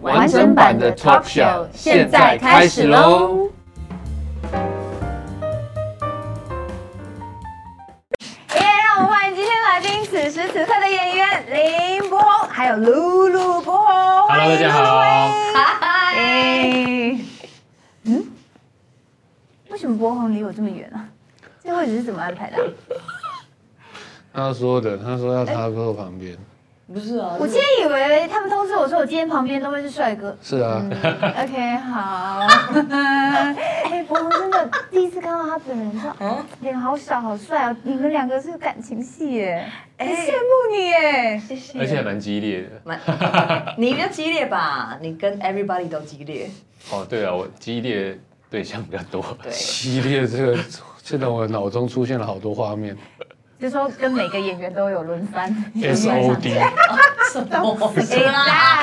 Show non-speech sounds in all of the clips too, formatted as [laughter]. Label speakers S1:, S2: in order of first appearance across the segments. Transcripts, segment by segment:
S1: 完整版的 talk show 现在开始喽！
S2: 耶！让我们欢迎今天来宾，此时此刻的演员林柏宏，还有露露柏宏。欢
S3: Hello，
S2: 迎
S3: 大家好。
S2: 嗨。嗯？为什么柏宏离我这么远
S4: [laughs]
S2: 啊？这位置是怎么安排的啊、
S3: 他说的，他说要他坐旁边。
S2: 我今天以为他们通知我说我今天旁边都会是帅哥。
S3: 是啊，
S2: 嗯 OK，好。
S4: [laughs]
S2: 哎，柏宏真的第一次看到他本人，说
S4: 哦
S2: 脸好小，好帅哦！你们两个是感情戏耶，很羡慕你耶。
S4: 哎谢谢。
S3: 而且还蛮激烈的。
S4: 蛮，你比较激烈吧？你跟 everybody 都激烈。
S3: 哦，对啊，我激烈对象比较多。
S4: 对
S3: 激烈这个，现在我脑中出现了好多画面。
S2: 就说跟每个演员都有轮番。
S3: S O D，
S4: 这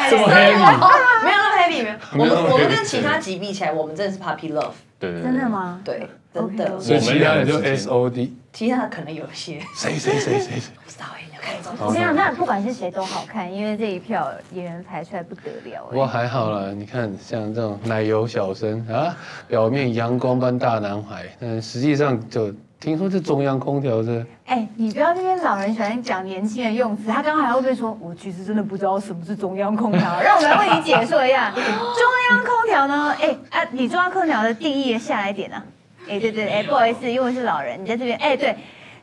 S3: 这么 heavy。
S4: 没有那么 heavy，没有。
S3: 没
S4: 我
S3: 有那么
S4: 们我们
S3: heavy，
S4: 跟其他集比起来，我们真的是 puppy love。
S3: 对对。
S2: 真的？吗？
S4: 对，真的。
S3: 所以其他人就
S5: 我们两个之间
S3: S O D。
S4: 其他的可能有一些
S3: 谁谁谁谁谁？
S4: 不知道哎，你要
S1: 嗯
S4: 看你怎
S3: 好
S4: 么
S2: 这样，啊那不管是谁都好看，因为这一票演员排出来不得了
S3: 不
S2: 哎。
S3: 过还好啦，你看像这种奶油小生啊，表面阳光般大男孩，但实际上就听说是中央空调这
S2: 哎，你不要那边老人喜欢讲年轻人用词，他刚刚还会不会说，我其实真的不知道什么是中央空调，让我们来为你解说
S3: [laughs]
S2: 一下。中央空调呢？哎啊，你中央空调的定义也下来一点啊。哎，对对，哎，不好意思，因为我是老人，你在这边。哎，对，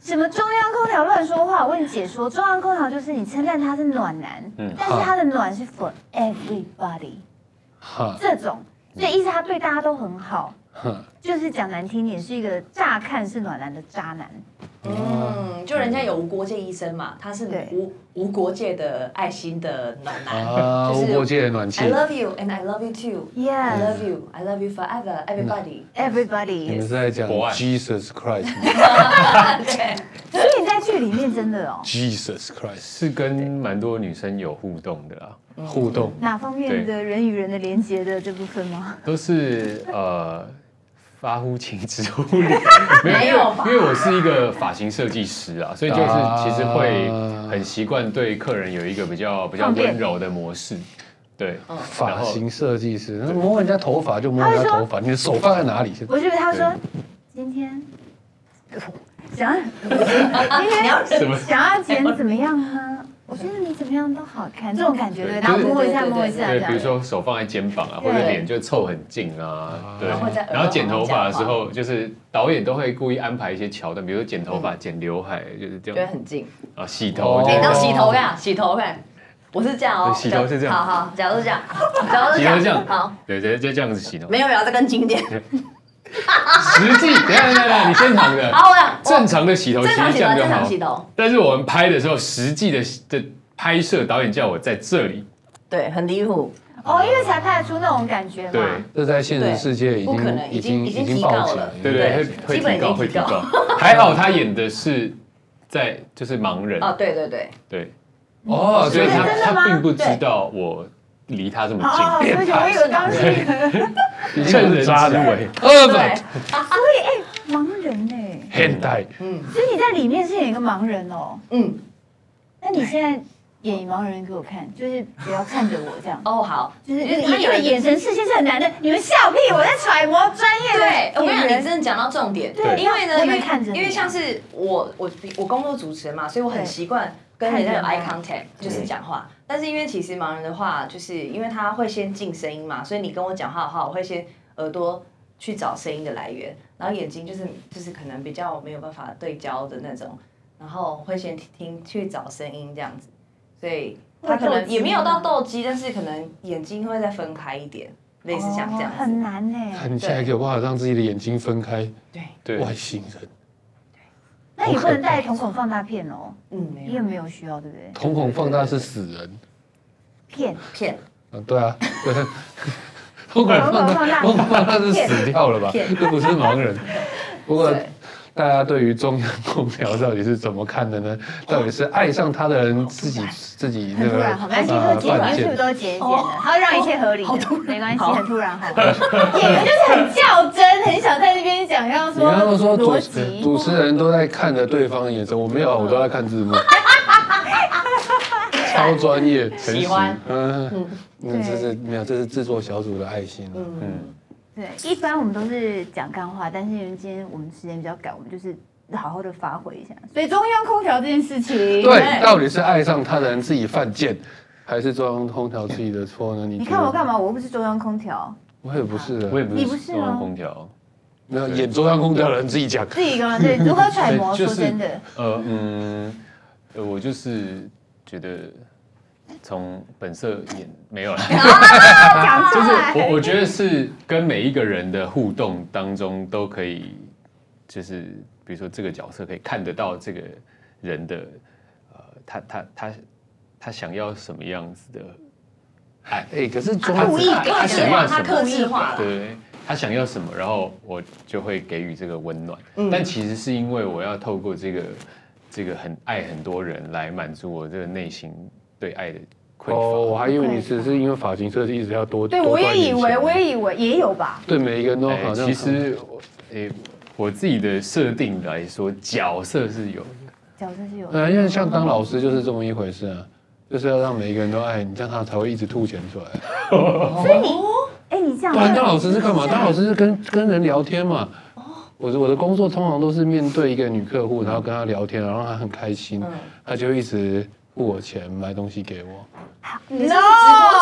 S2: 什么中央空调乱说话？我问你解说，中央空调就是你称赞它是暖男，
S3: 嗯
S2: 但是它的暖是 for everybody。
S3: 哈嗯
S2: 这种，所以意思他对大家都很好，
S3: 哈，
S2: 就是讲难听点，是一个乍看是暖男的渣男。
S4: 嗯，就人家有无国界医生嘛，他是
S2: 对
S4: 无无国界的爱心的暖男，
S3: 啊，
S4: 就是
S3: 无国界的暖气
S4: I。love you and I love you too. I
S2: Yeah,
S4: love you, I love you forever, everybody.
S2: everybody
S3: 你们
S2: is。
S5: 嗯
S3: 是在讲
S5: 国外
S3: Jesus
S4: [laughs]
S3: Christ 吗
S2: 所以你在剧里面真的哦，
S3: Jesus Christ
S5: [laughs] 是跟蛮多女生有互动的啦，
S3: 互动
S4: 嗯
S2: 哪方面的人与人的连接的这部分吗？
S5: 都是呃发乎情之
S4: [laughs]
S5: 乎理，
S4: 没有吧
S5: 因为我是一个发型设计师啊，所以就是其实会很习惯对客人有一个比较比较
S2: 方便
S5: 温柔的模式，对，
S4: 嗯
S3: 发型设计师，那摸人家头发就摸人家头发，你的手放在哪里？
S2: 我就以为他说今天想要
S5: 嗯
S4: 啊
S2: 今
S4: [laughs]
S2: 天
S5: [laughs] 什么
S2: 想要剪怎么样呢？我觉得你怎么样都好看，这种感觉对，
S5: 对
S2: 然后摸一下
S4: 对对对
S2: 摸一下
S5: 对，
S2: 这
S5: 比如
S2: 样。
S5: 说手放在肩膀啊，或
S2: 对
S5: 者脸就凑很近啊，对
S4: 然后在耳。朵
S5: 然后剪头发的时候，就是导演都会故意安排一些桥段，比如说剪头发、剪刘海，就是这
S4: 觉得
S5: 样
S4: 很近。
S5: 啊，洗头
S3: 哦。
S5: 这
S4: 你
S5: 样
S4: 当洗头看，洗头看，我是这样哦，
S5: 对洗头是这样
S4: 好好，假如是这样，假如是
S5: 洗
S4: 这
S5: 头
S4: 样，
S5: 是这样，
S4: 好，，
S5: 对，就就这样子洗头。
S4: 没有聊这跟经典，
S5: 实际，等一下等一下等一下，你正常的，
S4: 好，我讲
S5: 正常的洗头其
S4: 正
S5: 实
S4: 常
S5: 这
S4: 洗头，
S5: 样就
S4: 正常
S5: 好
S4: 洗。头，
S5: 但是我们拍的时候，实际的的拍摄导演叫我在这里，
S4: 对，很离谱，
S2: 哦，因为才拍得出那种感觉
S5: 对
S2: 嘛。
S3: 这在现实世界已
S4: 不可能
S3: 经
S4: 已经
S3: 已
S4: 已经
S3: 经
S4: 提
S3: 报
S4: 告
S3: 警
S4: 了，
S5: 对
S4: 对
S5: 对，会
S4: 基
S5: 会
S4: 本
S5: 提
S4: 已
S5: 高
S4: 经
S5: 会
S4: 提
S5: 提
S4: 高
S5: 高。还好他演的是在就是盲人，
S4: 哦，对对对，
S5: 对，
S3: 哦，
S5: 所以他
S2: 嗯真的吗
S5: 他并不知道我离他这么
S2: 哦，
S5: 近，
S2: 对不起，我以为刚是一个
S3: 已经
S5: 趁
S3: 不
S5: 人
S3: 是
S5: 之
S3: 渣男，
S5: 危。
S3: 二
S4: 对
S3: 百，
S2: [laughs] 盲人哎。
S3: 现代
S2: 所以你在里面是演一个盲人哦。
S4: 嗯，，
S2: 那你现在演盲人给我看，就是不要看着我这样
S4: 哦好，
S2: 就是
S4: 因为
S2: 你
S4: 他
S2: 因
S4: 有
S2: 为
S4: 一个
S2: 眼神视线是很难的。你们笑屁，我在揣摩专业
S4: 对，
S2: 的
S4: 我跟你
S2: 演
S4: 讲，
S2: 员
S4: 你真的讲到重点，
S2: 对
S4: 因为呢，
S2: 我
S4: 因
S2: 们
S4: 为
S2: 看着你啊
S4: 因为像是我我我工作主持人嘛，所以我很
S2: 对
S4: 习惯跟人家有
S2: 看
S4: eye
S2: 人家啊
S4: contact，就是讲话。但是因为其实盲人的话，就是因为他会先进声音嘛，所以你跟我讲话的话，我会先耳朵去找声音的来源，然后眼睛就是就是可能比较没有办法对焦的那种，然后会先听去找声音这样子，所以他可
S2: 会斗
S4: 能
S2: 鸡
S4: 也没有
S2: 吗
S4: 到斗鸡，但是可能眼睛会再分开一点，类似像这样
S2: 哦
S4: 子。
S2: 很难呢。
S3: 你现在有办法让自己的眼睛分开？
S4: 对，
S5: 对，
S3: 外星人
S2: 那你不能戴瞳孔放大片哦，
S4: 嗯，没
S2: 你也
S4: 有
S2: 没有需要，对不对？
S3: 瞳孔放大是死人，
S4: [laughs]
S2: 片
S4: 骗。
S5: 啊 [laughs]
S3: 嗯，对啊，对，
S5: 口管放大，
S2: 口
S5: 口
S2: 管放
S5: 管放
S2: 大
S5: 大是死掉了吧？
S4: 骗
S5: 这不是盲人。不过
S4: 对，
S5: 大家对于中央空调到底是怎么看的呢？到底是爱上它的人自己自己那
S2: 很突
S5: 个
S2: 然，好，没关系，都剪
S5: 犯
S2: ，YouTube
S5: 贱？
S2: 都剪一剪的，它会让一切合理的，没关系，
S4: 哦好
S2: 很突然，好。
S5: [laughs]
S2: 演员就是很较真，很想在那边讲要
S5: 你刚
S2: 说
S5: 刚说主
S2: 逻
S5: 持
S2: 辑，
S5: 主持人都在看着对方的眼神，我没有，我都在看字
S2: [laughs]
S5: 幕。超专业，诚
S4: 喜
S5: 实
S4: 欢，
S5: 嗯，那这
S2: 对
S5: 是没有，这是制作小组的爱心啊。嗯，
S2: 对，一般我们都是讲干话，但是因为今天我们时间比较赶，我们就是好好的发挥一下。所以中央空调这件事情，
S5: 对，到底是爱上他的人自己犯贱，还是中央空调自己的错呢？你
S2: 你
S5: 觉
S2: 看
S5: 得
S2: 我干？嘛？我又不是中央空调， [laughs]
S5: 我也不是啊，
S3: 我也不
S2: 你不
S3: 是
S2: 是
S3: 中
S2: 吗
S3: 央空调，
S5: 没有演中央空调的人自己讲。
S2: 自己一
S3: [laughs]
S2: 个人对如何揣摩？
S3: 对就
S2: 说
S3: 是
S2: 真的，
S3: 呃嗯，呃我就是觉得从本色演没有了。
S2: 讲出
S3: 就是
S2: 来。
S3: 我我觉得是跟每一个人的互动当中都可以，就是比如说这个角色可以看得到这个人的，呃，他他他他想要什么样子的，
S5: 哎，可是中
S3: 故意给他喜欢什
S4: 他
S3: 么
S4: 克制化了，
S3: 对他想要什么，然后我就会给予这个温暖。
S4: 嗯
S3: 但其实是因为我要透过这个这个很爱很多人来满足我这个内心对爱的匮乏。
S5: [laughs] 哦，我还以为你只是因为发型设计一直要多。
S2: 对，
S5: 多
S2: 我
S5: 赚
S2: 也
S5: 一
S2: 以
S5: 点
S2: 为，
S5: 钱
S2: 我也以为也有吧。
S5: 对每一个人都
S3: 哎
S5: 好像。
S3: 其实我，诶、我自己的设定来说，角色是有的，
S2: 角色是有的，
S5: 呃，因为像当老师就是这么一回事啊，就是要让每一个人都爱你，这样他才会一直吐钱出来。
S4: 哦
S2: 哎，你这样
S5: 不然当老师是干嘛？当老师是跟跟人聊天嘛。
S4: 哦
S5: 我的我的工作通常都是面对一个女客
S4: 嗯
S5: 户，然后跟她聊天，然后她很开心，她就一直付我钱买东西给我。
S4: 啊你是直播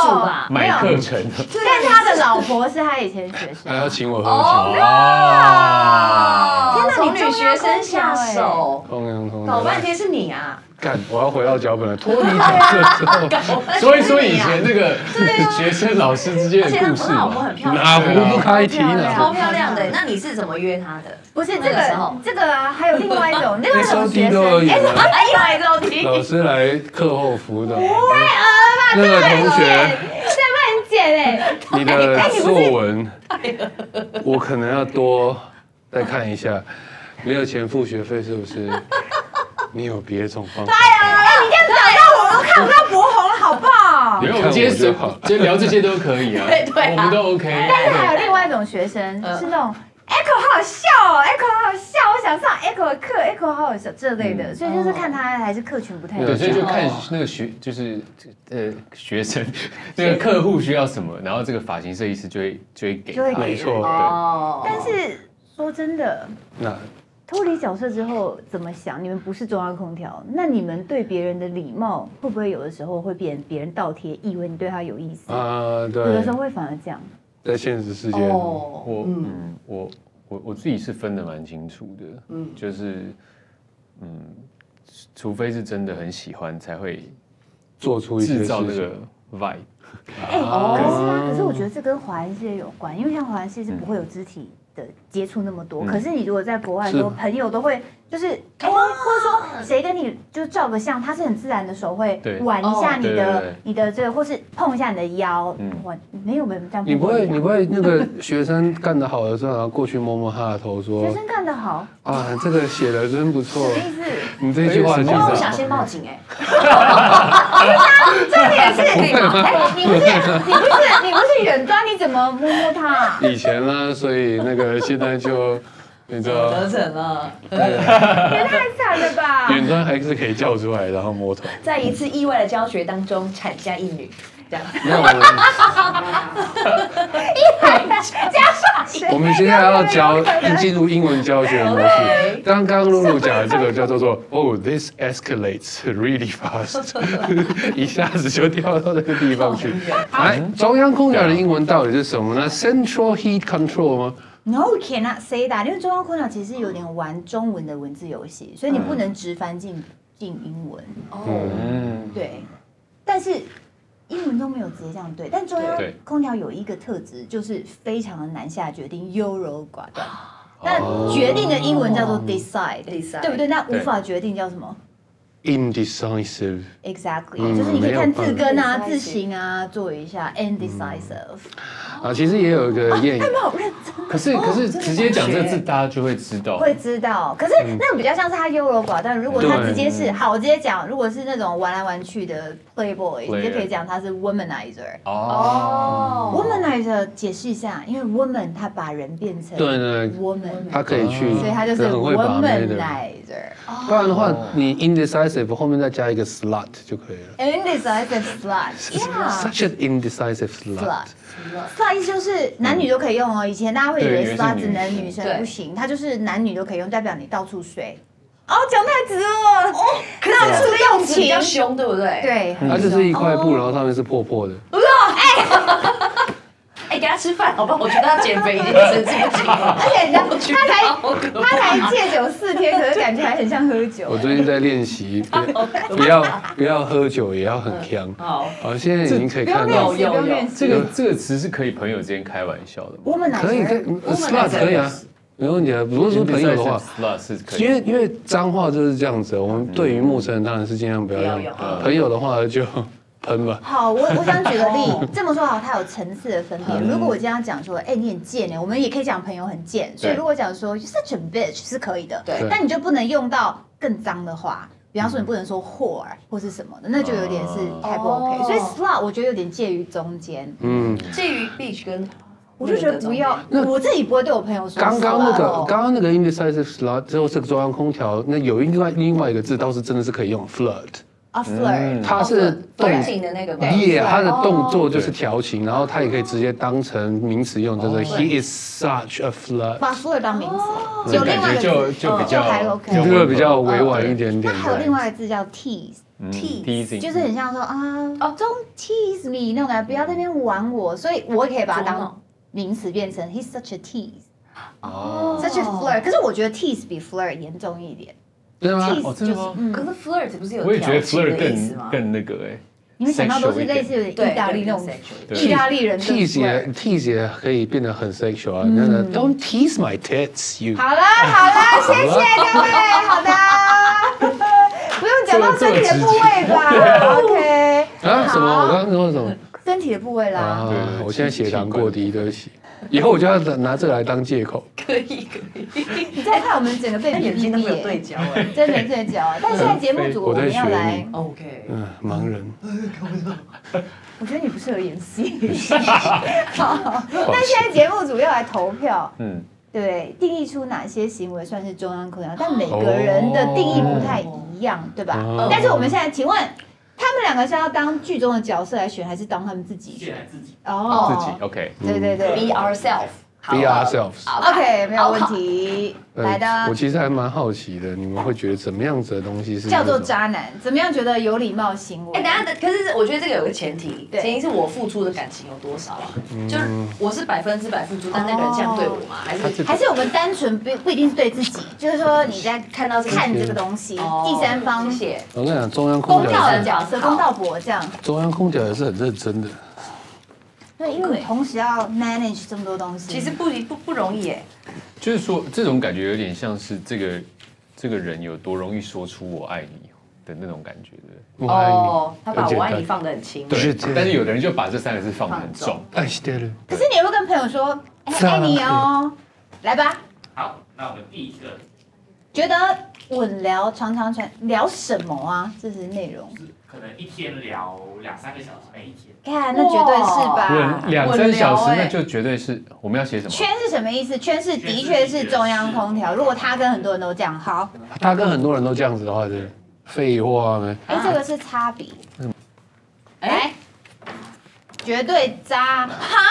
S4: 主吧？
S3: 买课程
S2: 但是他的老婆是他以前学生。
S5: 还要请我喝酒，
S3: 哦，
S2: 天哪
S4: 从
S2: 你
S4: 女
S2: 中
S4: 学
S2: 央
S4: 生
S2: 空
S4: 下
S2: 调
S4: 手，
S5: 通常通
S4: 搞
S5: 常
S4: 半天是你啊！
S5: 干，我要回到脚本了，脱离角色之后，
S3: 所以说以前那个学生老师之间
S4: 啊而
S3: 的
S4: 且她
S3: 故事
S4: 她老婆
S3: 嘛
S4: 很，漂
S5: 哪
S4: 亮，
S5: 壶不开提
S4: 超
S5: 哪壶。
S4: 漂亮的。那你是怎么约她的？
S2: 不是这
S4: [laughs] 那个时
S2: 个
S4: 候
S2: 这个啊，还有另外一
S3: [laughs]
S2: 种，那个什么
S5: 收
S2: 学
S5: 低
S2: 生
S5: 都而已了。
S4: 哎呦，还肉体，
S5: 老师来课后辅导。那个同学，
S2: 很贱
S3: [laughs]
S2: 哎，
S5: 你的作文，我可能要多再看一下。没有钱付学费是不是？你有别种方法？
S2: 那博红了好不好？
S3: [laughs] 没有，
S5: 你
S3: 我们
S5: 看
S3: 今天
S5: 我
S3: 随
S5: 就好
S3: 今天聊这些都可以啊，
S4: 对 [laughs] 对啊
S3: 我们都 OK。
S2: 但是还有另外一种学
S3: [laughs]
S2: 生
S4: 嗯
S2: 是那种 echo 好好笑哦，echo 好好笑，我想上 echo 的课，echo 好好笑这类的，所以
S4: 哦
S2: 就是看他还是客群不太一
S3: 嗯对，
S2: 样。
S3: 所以就看那个学，就是呃学生 [laughs] 那个客户需要什么，然后这个发型设计师就会就会给
S2: 就会
S3: 他，
S2: 给
S5: 没错
S3: 对
S4: 哦，
S2: 但是说真的，
S5: 那
S2: 脱离角色之后怎么想？你们不是中央空调，那你们对别人的礼貌会不会有的时候会变别人倒贴，以为你对他有意思？
S5: 啊，
S2: 有的
S5: 对
S2: 时，候会反而这样。
S5: 在现实世界，
S4: 哦，
S3: 我嗯，我我我自己是分得蛮清楚的，嗯，就是嗯，除非是真的很喜欢，才会
S5: 做出一些
S3: 制
S5: 事
S3: 造那
S5: 情
S3: 个 vibe。
S2: 哎、可是啊，可是我觉得这跟华人世界有关，因为像华人世界是不会有肢体的接触那么多。可是你如果在国外的时候，
S5: 是
S2: 朋友都会就是，哎、或者说谁跟你就照个相，他是很自然的手会
S3: 对
S2: 玩一下
S3: 哦
S2: 你
S3: 对
S2: 的、
S3: 对对
S2: 你的这个，或是碰一下你的腰，
S3: 嗯
S2: 哇，没有没有这样碰过。
S5: 你不会，你不会那个学生干得好的时候，然后过去摸摸他的头
S2: 学
S5: 说
S2: 生干得好，
S5: 啊，这个写的真不错，
S2: 什么意思？
S5: 你这句话记
S4: 哦，
S5: 得
S4: 我。想先报警
S3: [laughs]
S4: 哎，
S2: 重点是，
S4: 可以吗？
S3: [laughs]
S2: 哎、你不是你不是你不是远端，你怎么摸摸他、啊？
S5: 以前呢，所以那个现在就，你知道，
S4: 得逞了，
S2: 也太惨了吧！
S5: 远端还是可以叫出来，然后摸头。
S4: 在一次意外的教学当中产下一女，这样
S5: 没有，我们 [laughs] 我们现在要教进入英文教学模式。刚刚露露讲的这个叫做做，Oh, this escalates really
S2: [laughs]
S5: fast，一下子就跳到那个地方去。来，
S2: 嗯
S5: 中央空调的英文到底是什么呢？Central Heat Control 吗？
S2: No, you cannot say that。因为中央空调其实有点玩中文的文字游戏，所以你不能直翻进进英文。
S4: 哦
S3: 嗯，
S2: 对，但是英文都没有直接这样对。但中央
S3: 对
S2: 空调有一个特质，就是非常的难下决定，优柔寡断。但
S3: 哦
S2: 决定的英文叫做 decide，
S4: decide
S2: 对不对？那无法决定叫什么
S5: Indecisive，
S2: ？Exactly，
S5: 嗯
S2: 就是你可以看
S5: 没有
S2: 字根啊、
S4: 办法
S3: 嗯
S2: 字形啊，做一下 indecisive。
S3: 啊，其实也有一个谚语，
S2: 他们好认真，
S5: 可是
S4: 哦
S5: 可是直接讲这个字，大家就会知道。
S2: 会知道。
S3: 嗯
S2: 可是那个比较像是他优柔寡断。如果他直接是好，我直接讲，如果是那种玩来玩去的 playboy，
S5: Player
S2: 你就可以讲他是 womanizer。
S5: 哦，
S2: womanizer 解释一下，因为 woman 他把人变成
S3: 对对对
S2: woman，
S3: 他可以去，
S2: 哦所以他就是
S3: 很会把妹的人。
S2: womanizer。
S3: 不然的话，
S2: 哦
S3: 你 indecisive 后面再加一个 slut 就可以了。
S2: indecisive
S3: [laughs]
S2: slut，yeah。
S3: Such an indecisive slut
S2: slut。slut 意思就是男女都可以用哦，以前大家会以为
S5: 对
S2: slut
S5: 原来
S2: 只
S5: 是
S2: 能
S5: 女
S2: 女生
S4: 对
S2: 不行，它就是男女都可以用，代表你到处睡。哦，讲太直了，到处用
S4: 词比
S2: 情
S4: 较，凶，对不对？。
S2: 对，很
S3: 它哦就是一块布，然后上面是破破的。
S4: 哎，给他吃饭，好不好？我觉得他减肥已经神经病了，
S2: 而且人家
S4: 我觉得
S2: 他才
S4: 好可
S2: 他才戒酒四天，可是感觉还很像喝
S3: 我
S2: 酒。
S3: 最近在练习，不要不要喝酒，也要很强。
S4: 好。
S3: 好，现在已经可以
S2: 不用
S3: 看
S2: 练
S3: 到
S2: 习，，不用练习。
S5: 这个这个词是可以朋友之间开玩笑的吗。
S2: 我们哪
S3: 可以可以嗯，slut 可以啊，没问题啊。如果是朋友的话，
S5: ，slut 是可以，
S3: 因为因为脏话就是这样子，我们对于陌生人当然是尽量不要
S4: 不要
S3: 用呃
S4: 用嗯，
S3: 朋友的话就喷吧。
S2: 好，我我想举个例，这么说好，它有层次的分别。如果我今天要讲说，哎、你很贱哎，我们也可以讲朋友很贱，所以如果讲说 such a bitch 是可以的，
S4: 对
S2: 但你就不能用到更脏的话。比方说，你不能说 whore 或是什么的，那就有点是太不 OK。
S4: 哦
S2: 所以 slut 我觉得有点介于中间，
S3: 嗯，
S4: 至于 beach 跟，
S2: 我就觉得不要，我自己不会对我朋友说 slut 哦。
S3: 刚刚那个刚刚那个 indecisive slut 之后，这个中央空调那有另外另外一个字倒是真的是可以用 flirt，
S2: 啊 flirt，
S3: 它是动
S4: flirting 的那个吧。
S3: 耶，他的动作就
S5: 对
S3: 是调情，然后他也可以直接当成名词用，
S2: 哦
S3: 就是 He is such a flirt，
S2: 把 flirt 当名词，
S5: 这
S2: 有
S5: 个
S2: 另
S5: 感
S2: 外
S5: 觉
S2: 一个字
S5: 就就比
S2: 就还
S5: 较
S2: OK
S3: 这个比较委婉一点
S2: 那
S3: 点。
S2: 还有另外一个字叫 tease。
S5: 嗯 teasing，
S2: 就是很像说啊，哦，don't tease me 那种感觉，不要在那边玩我，所以我也可以把它
S4: 捉
S2: 当
S4: 弄
S2: 名词变成 he's such a tease，such
S5: 哦，
S2: a flirt。可是我觉得 tease 比 flirt 严重一点
S3: 对哦吗？
S2: ，tease 就
S5: 真
S2: 是
S5: 的吗
S2: 嗯
S4: 可是 flirt 不是有
S5: 我也觉得
S4: 调情
S5: flirt
S4: 的意思吗
S5: 更？更那个哎，
S2: 你们想到都
S5: sexual
S2: 是
S5: 一点
S2: 类似有
S4: 对
S2: 点意大利那种
S4: 对更 sexual
S5: 对
S2: 意大利人的嗯
S3: tease 也
S2: flirt
S3: tease 也可以变得很 sexual 啊，那个 Don't tease my tits you。
S2: 好啦好啦，谢谢各位，好的， [laughs] 不用讲到身体的部位吧，OK，
S3: 啊什么？我刚刚说什么？
S2: 身体的部位啦，
S3: 啊
S5: 对对，对
S3: 我现在血糖过低，
S5: 奇
S3: 对不起。以后我就要拿这个来当借口。
S4: 可以可以，
S2: 你再看我们整个被
S4: 但眼睛都没有对
S2: 对，
S4: 焦哎。
S2: 真没对焦啊。但现在节目组
S3: 嗯我
S2: 我
S3: 在
S2: 们要
S3: 学
S2: 来
S3: 你。
S4: OK，
S3: 嗯，盲人。
S2: 我觉得你不适合演
S3: [laughs]
S2: 戏。好，那现在节目组要来投票，
S5: 嗯，
S2: 对，定义出哪些行为算是中央空调，但每个人的定义不太一样，对吧
S3: 哦？
S2: 但是我们现在，请问他们两个是要当剧中的角色来选，还是当他们自己选？自己哦，
S5: 自己 OK，
S2: 对对对
S3: 嗯
S4: be ourselves。
S3: Be ourselves。
S2: ，OK，没有问题。
S3: 呃
S2: 来的
S3: 我其实还蛮好奇的，你们会觉得怎么样子的东西是
S2: 叫做
S3: 那种
S2: 渣男，怎么样觉得有礼貌行
S4: 哎、等？
S2: 为
S4: 一下，可是我觉得这个有个前提，
S2: 对
S4: 前提是我付出的感情有多少啊？就是我是百分之百付出，但那个人这样对我吗？还是
S2: 还是我们单纯不不一定是对自己，就是说你在
S4: 看到这个
S2: 看这个东西，
S4: 哦
S2: 第三方
S4: 谢谢
S3: 我跟你讲，中央空
S2: 公道
S3: 调也
S2: 的
S3: 是，
S2: 角色，公道伯这样。
S3: 中央空调也是很认真的。
S2: 对，因为你同时要 manage 这么多东西，
S4: 其实不不不容易哎、
S5: 就是说这种感觉有点像是这个这个人有多容易说出我爱你的那种感觉的，
S3: 我爱你，
S4: 哦，他把我爱你放得很轻，
S3: 对
S5: 但是有的人就把这三个字放得很重，
S3: 爱してる。
S2: 可是你也会跟朋友说，哎、
S3: 是啊
S2: 爱你哦，来吧。
S6: 好，那我们第一个
S2: 觉得稳聊常常传聊什么啊？这是内容，
S6: 是可能一天聊两三个小时，哎每一天。
S2: 看那绝对是吧
S5: 问？
S4: 啊
S5: 两三小时
S4: 欸
S5: 那就绝对是我们要写什么？
S2: 圈是什么意思？圈是的确是中央空调。如果他跟很多人都这样，
S5: 啊
S2: 好，
S3: 他跟很多人都这样子的话，就是废话呗。
S2: 哎、这个是擦笔，
S4: 哎
S2: 来，绝对渣哈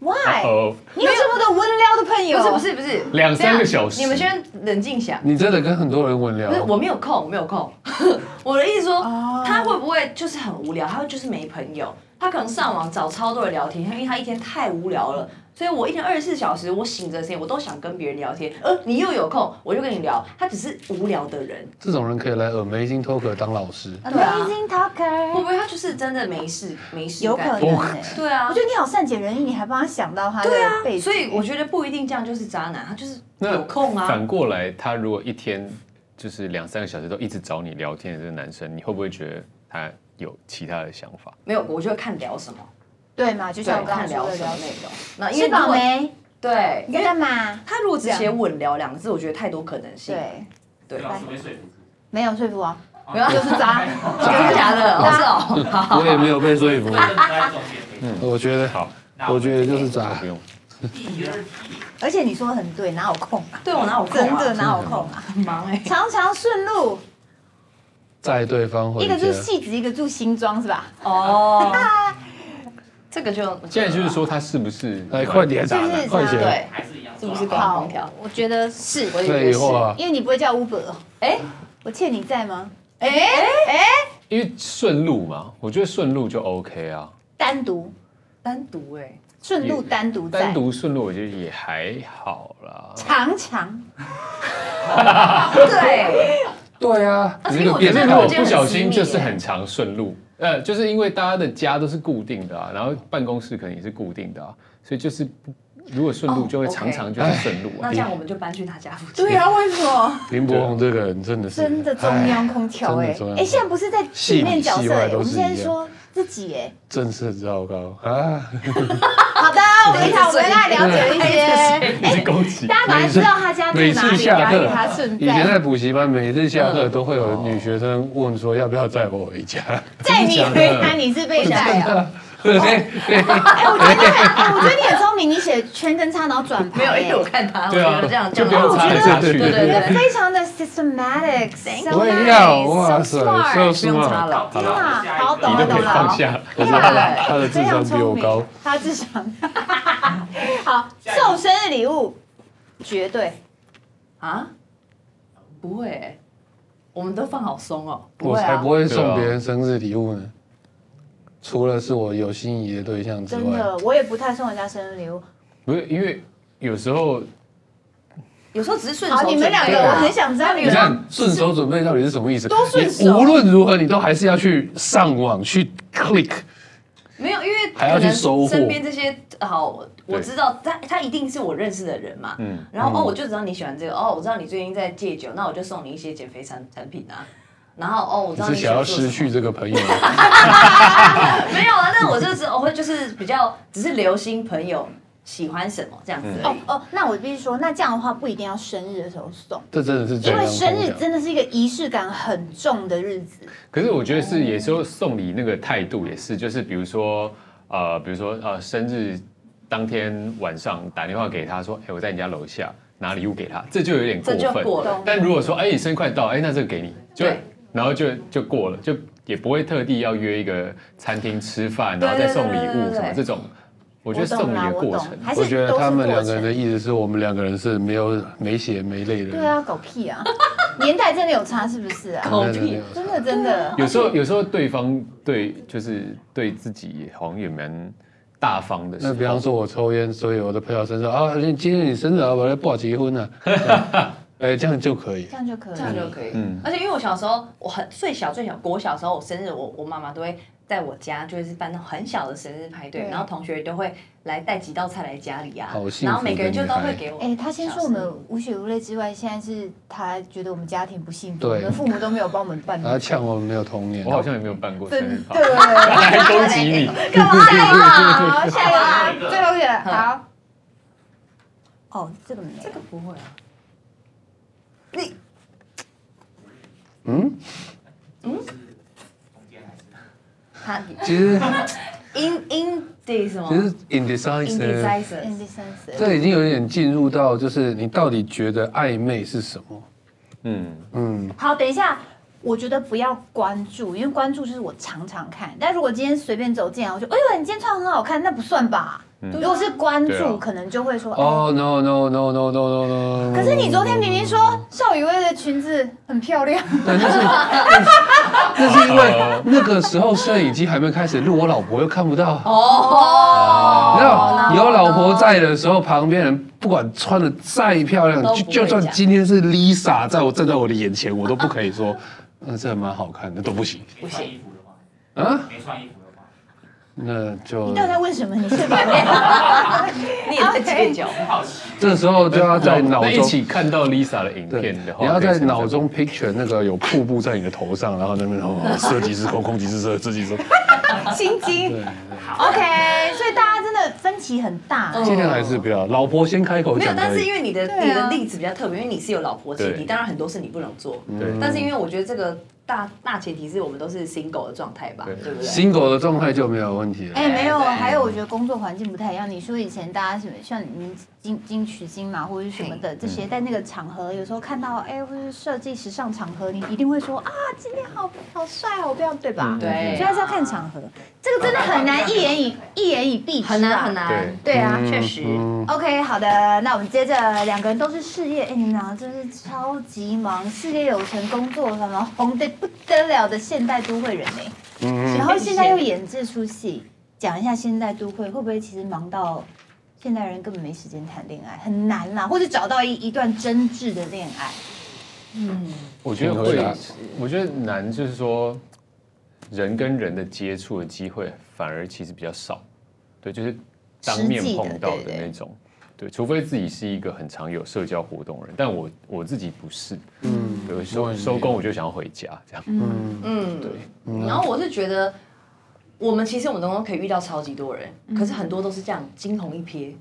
S2: ？Why？
S5: 哦，
S2: 你有这么多温聊的朋友？
S4: 不是不是不是，
S5: 两三个小时，哦
S4: 你们先冷静想。
S3: 你真的跟很多人文聊
S4: 不是，？我没有空，我没有空。 [laughs] 我的意思说，
S2: 哦
S4: 他会不会就是很无聊？他会就是没朋友？他可能上网找超多人聊天，因为他一天太无聊了。所以我一天二十四小时，我醒着的时间我都想跟别人聊天。呃，你又有空，我就跟你聊。他只是无聊的人，
S3: 这种人可以来 Amazing Talker 当老师。
S4: 对啊
S2: Amazing
S4: 会
S2: talker，
S4: 不会他就是真的没事没事
S2: 有可
S4: 干
S2: 能、欸。
S4: 对啊
S2: 我觉，得你好善解人意，你还帮他想到他的
S4: 对
S2: 背
S4: 啊，
S2: 景，
S4: 所以我觉得不一定这样就是渣男，他就是
S5: 那
S4: 有空啊。
S5: 反过来，他如果一天就是两三个小时都一直找你聊天的这个男生，你会不会觉得他有其他的想法？
S4: 没有，我就会看聊什么。
S2: 对嘛？就像我刚刚说的，
S4: 什
S2: 聊
S4: 么
S2: 什
S4: 内
S2: 么
S4: 容。那因为
S2: 吃
S4: 如
S2: 饱
S4: 果
S2: 没？
S4: 对，因
S2: 你在
S4: 为
S2: 干嘛？
S4: 他如果只
S2: 这样
S4: 写“稳聊”两个字，我觉得太多可能性。对，
S2: 对，
S6: 老师会啊说服自己。
S2: 没有说服我，
S4: 没有，
S2: 就是渣。
S4: 真的假的？
S2: 对
S4: 哦，
S2: 啊
S4: 是哦，好，
S3: 我也没有被说服。
S6: 这个在中间可以
S3: 我觉得好，我觉得就是渣
S5: 嗯不。用。
S6: 第二题，
S2: 而且你说的很对，哪有空啊？
S4: 对我哪有空
S2: 真
S4: 啊
S2: 的哪有空啊？
S4: 很忙哎。
S2: 常常顺路，
S3: 载对方回
S2: 一个
S3: 家
S2: 住。戏子，一个住新庄，是吧？
S4: 哦， [laughs] 这个就
S5: 现在就是说他是不是？
S3: 哎，快点
S2: 是不是，啊
S3: 快
S2: 渣
S3: 点，
S4: 对，
S6: 还是一样，
S4: 是不是
S6: 高？
S4: 高
S2: 好
S4: 空调？，
S2: 我觉得是，
S4: 我也觉得
S3: 废
S4: 是。
S5: 啊
S3: 话。
S2: 因为你不会叫 Uber，
S4: 哎，
S2: 我欠你债吗？
S5: 因为顺路嘛，我觉得顺路就 OK 啊。
S2: 单独
S4: 单独哎，
S2: 顺路单独债
S5: 单，独顺路我觉得也还好啦。
S2: 常常
S5: [laughs]
S4: 对，
S3: 对啊，
S4: 而
S5: 只是
S4: 且我
S5: 也
S4: 觉得
S5: 是如果
S4: 这个
S5: 不小心就是
S4: 私密欸
S5: 很常顺路，呃，就是因为大家的家都是固定的啊，然后办公室可能也是固定的啊，所以就是不如果顺路
S4: 哦
S5: 就会
S4: OK
S5: 常常就是顺路
S4: 耶
S5: 啊
S4: 哦那这。样我们就搬去他家附近。
S2: 对啊，为什么？
S3: 林柏宏这个人真的是
S2: 真的中央空调
S3: 哎
S2: 哎
S3: 真的中央空
S2: 哎，
S3: 调
S2: 现在不是在里面角
S3: 戏里戏
S2: 色
S3: 外
S2: 哎，
S3: 都是
S2: 我们现在
S3: 一样
S2: 说自己哎。
S3: 正是糟糕啊！
S2: 好的，我们一场我们来了解一些，
S5: 一直攻击，
S2: 大家赶快知道他家住
S3: 每
S2: 哪
S3: 次
S2: 里，
S3: 下
S2: 然后
S3: 课
S2: 给他顺
S3: 以前
S2: 带
S3: 在补习班，每次下课都会有女学生问说要不要载我回家。
S2: 载你回家，你是被带啊。哎，我觉得你很，哎，我觉得你很聪明，你写圈跟叉，然后转盘，
S4: 没有，因为我
S2: 哎
S4: 看他，我觉
S5: 对啊
S4: 得这样这
S5: 就
S4: 样
S5: 不要
S4: 好
S5: 插来
S3: [laughs]
S5: 插去
S4: 对对
S2: 你
S4: 对
S2: 的
S5: [laughs]
S4: 对，
S2: 非常的 systematic，so
S3: 我也要，啊哇
S2: nice，so
S3: 塞
S2: smart，
S3: ，so
S4: 不用插
S3: smart！
S4: 了。
S6: 好
S2: 天啊，好懂
S5: 你
S2: 了
S5: 都
S2: 懂
S5: 可以
S2: 了，
S5: 放下。
S3: 我知道他的智
S2: 非常
S3: 商比
S2: 聪
S3: 我
S2: 明，
S3: 高。
S2: 他智商。 [laughs] 好，送生日礼物，绝对。
S4: 啊？不会欸，我们都放好松哦。不
S3: 我
S4: 会
S3: 才
S4: 啊
S3: 不，会送别人生日礼物呢。除了是我有心仪的对象之
S2: 真
S3: 外，
S2: 的，我也不太送人家生日礼物。
S5: 不是因为有时候
S4: 有时候只是顺手
S2: 好，
S4: 准备啊。
S2: 你们两个，我很想知道你
S3: 你
S2: 们
S3: 看顺手准备到底是什么意思？
S2: 多啊顺手
S3: 你无论如何，你都还是要去上网去 click。
S4: 没有，因为
S3: 还要去
S4: 可能
S3: 收获
S4: 身边这些好，我我
S5: 对
S4: 知道他他一定是我认识的人嘛。
S5: 嗯
S4: 然后哦，我就知道你喜欢这个，哦，我知道你最近在戒酒，那我就送你一些减肥产产品啊。然后哦，我知
S3: 你
S4: 道
S3: 是
S4: 你喜
S3: 想
S4: 欢
S3: 要
S4: 做什么
S3: 失去这个
S2: [laughs]
S3: 朋友吗？
S4: 没有啊，但我就是 [laughs] 我会就是比较只是留心朋友喜欢什么这样子而
S3: 嗯
S2: 哦
S4: 已。
S2: 哦，那我必须说，那这样的话不一定要生日的时候送，
S3: 这真的是中
S2: 因
S3: 央
S2: 为
S3: 空
S2: 生日
S3: 调
S2: 真的是一个仪式感很重的日子。
S5: 可是我觉得是，有时候送礼那个态度也是，就是比如说，呃，比如说，呃，生日当天晚上打电话给他说，哎、我在你家楼下拿礼物给他，这就有点过
S4: 这就
S5: 分。
S4: 过了
S5: 但如果说，哎、你生日快到，哎、那这个给你，就
S4: 对
S5: 然后就就过了，就也不会特地要约一个餐厅吃饭，然后再送礼
S4: 对
S5: 物什么
S4: 对对对对对啊
S5: 这种。我觉得
S2: 懂
S5: 送礼
S2: 啦，
S5: 的
S2: 我
S5: 过
S2: 懂
S5: 程，，
S2: 还是
S3: 我觉得
S2: 都是
S3: 他
S2: 过
S3: 们两个人
S2: 程
S3: 的意思是我们两个人是没有没血没泪的人。
S2: 对啊，狗屁啊， [laughs] 年代真的有差是不是啊？
S3: 我们两个人
S4: 狗
S3: 没有，
S2: 真的真
S3: 啊
S2: 的，
S3: [laughs]
S5: 有时候有时候对方对就是对自己也好像也蛮大方的时候。
S3: 那比方说我抽烟，所以我的朋友身上啊，今天你生日啊，我来报结婚
S5: [laughs]
S3: 啊，哎，这样就可以
S2: 这。样就可以
S4: 这。样就可
S3: 嗯
S4: 以。而且因为我小时候，我很最小最小，国小的时候我生日，我我妈妈都会在我家，就是办那种很小的生日派对，
S2: 对
S4: 然后同学都会来带几道菜来家里啊
S3: 好幸，福
S4: 然后每个人
S3: 的
S4: 就
S3: 女
S4: 都会
S3: 孩
S4: 给我。
S2: 哎、他先说我们无血无泪之外，现在是他觉得我们家庭不幸福，
S3: 对
S2: 我们父母都没有帮我们办。
S3: 然后啊呛我们没有童年
S5: 我，好像也没有办过生日
S2: 真
S5: 趴，
S2: 的，
S5: 还攻击你。
S2: 干嘛？好，下一个啊，最后一个，好。哦，这个没有，
S4: 这不会啊，
S3: 嗯，
S6: 中间还是
S4: 他
S3: 其实
S4: in in d 什么
S3: 其实
S4: 哦 in
S3: indecisive，
S2: n
S4: decision，
S2: d 嗯三十。
S3: 这已经有点进入到就是你到底觉得暧昧是什么？
S5: 嗯，
S3: 嗯，
S2: 好，等一下，我觉得不要关注，因为关注就是我常常看。但如果今天随便走进来，我就哎呦，你今天穿很好看，那不算吧？如果是关
S5: 对
S2: 注，
S5: 啊
S2: 可能就会说哦。
S3: 哦 no no no no no no no，
S2: 可是你昨天明明说邵雨薇的裙子很漂亮，
S3: 那是因为那个时候摄影机还没开始录，我老婆又看不到。
S2: 哦
S4: 哦，
S3: 你知道有老婆在的时候，旁边人不管穿的再漂亮
S4: 都，不
S3: 就
S4: 会
S3: 就算
S4: 讲
S3: 今天是 Lisa 在我站在我的眼前，我都不可以啊说，嗯，这蛮好看的，都不行
S6: 没穿衣服的话，
S3: 啊。
S6: 没穿衣服的话，
S3: 那就
S2: 你到底在问什么？你是吧？
S4: 你也在街角，
S3: 这时候就要在脑
S5: 那一
S3: 中
S5: 起看到 Lisa 的影
S3: 对
S5: 片的，话，
S3: 你要
S5: 可以
S3: 在
S5: 想象
S3: 脑中 picture 那个有瀑布在你的头上，然后那边哦，射击是空，空击是射，射击
S5: [laughs]
S3: 是。
S2: 心机。OK，所以大家真的分歧很大。
S4: 嗯
S3: 尽量还是不要，老婆先开口
S4: 没有
S3: 讲。，
S4: 但是因为你的、
S2: 啊
S4: 你的例子比较特别，因为你是有老婆前提，
S5: 对
S4: 当然很多事你不能做。
S5: 对
S4: 但是因为我觉得这个大大前提是我们都是 single 的状态吧，对不对？
S3: 新狗的状态就没有问题了。
S2: 哎、没有，还有我觉得工作环境不太一样。你说以前大家什么像你们金金曲金嘛，或者是什么的这些，在那个场合，有时候看到哎、或者是设计时尚场合，你一定会说啊，今天好好帅哦，不要对吧？
S4: 嗯对
S2: 所以还是要看场合，这个真的很难一言以一言以蔽之、啊，
S4: 很难很。难
S5: 对，
S2: 对啊，
S4: 确实。
S2: OK，好的，那我们接着两个人都是事业，哎，你们两个真是超级忙，事业有成，工作繁忙，红的不得了的现代都会人呢、
S5: 嗯
S2: 然后现在又演这出戏，讲一下现代都会会不会其实忙到现代人根本没时间谈恋爱，很难啦，或者找到一一段真挚的恋爱。
S5: 我觉得
S3: 挺合理
S5: 会
S3: 的，
S5: 我觉得难就是说，人跟人的接触的机会反而其实比较少，对，就是当面
S2: 实际的
S5: 碰到的
S2: 对对
S5: 那种，对，除非自己是一个很常有社交活动的人，但我我自己不是，
S3: 嗯，
S5: 对，收收工我就想要回家这样，
S4: 嗯，对。然后我是觉得，我们其实我们当中可以遇到超级多人，可是很多都是这样惊鸿一瞥，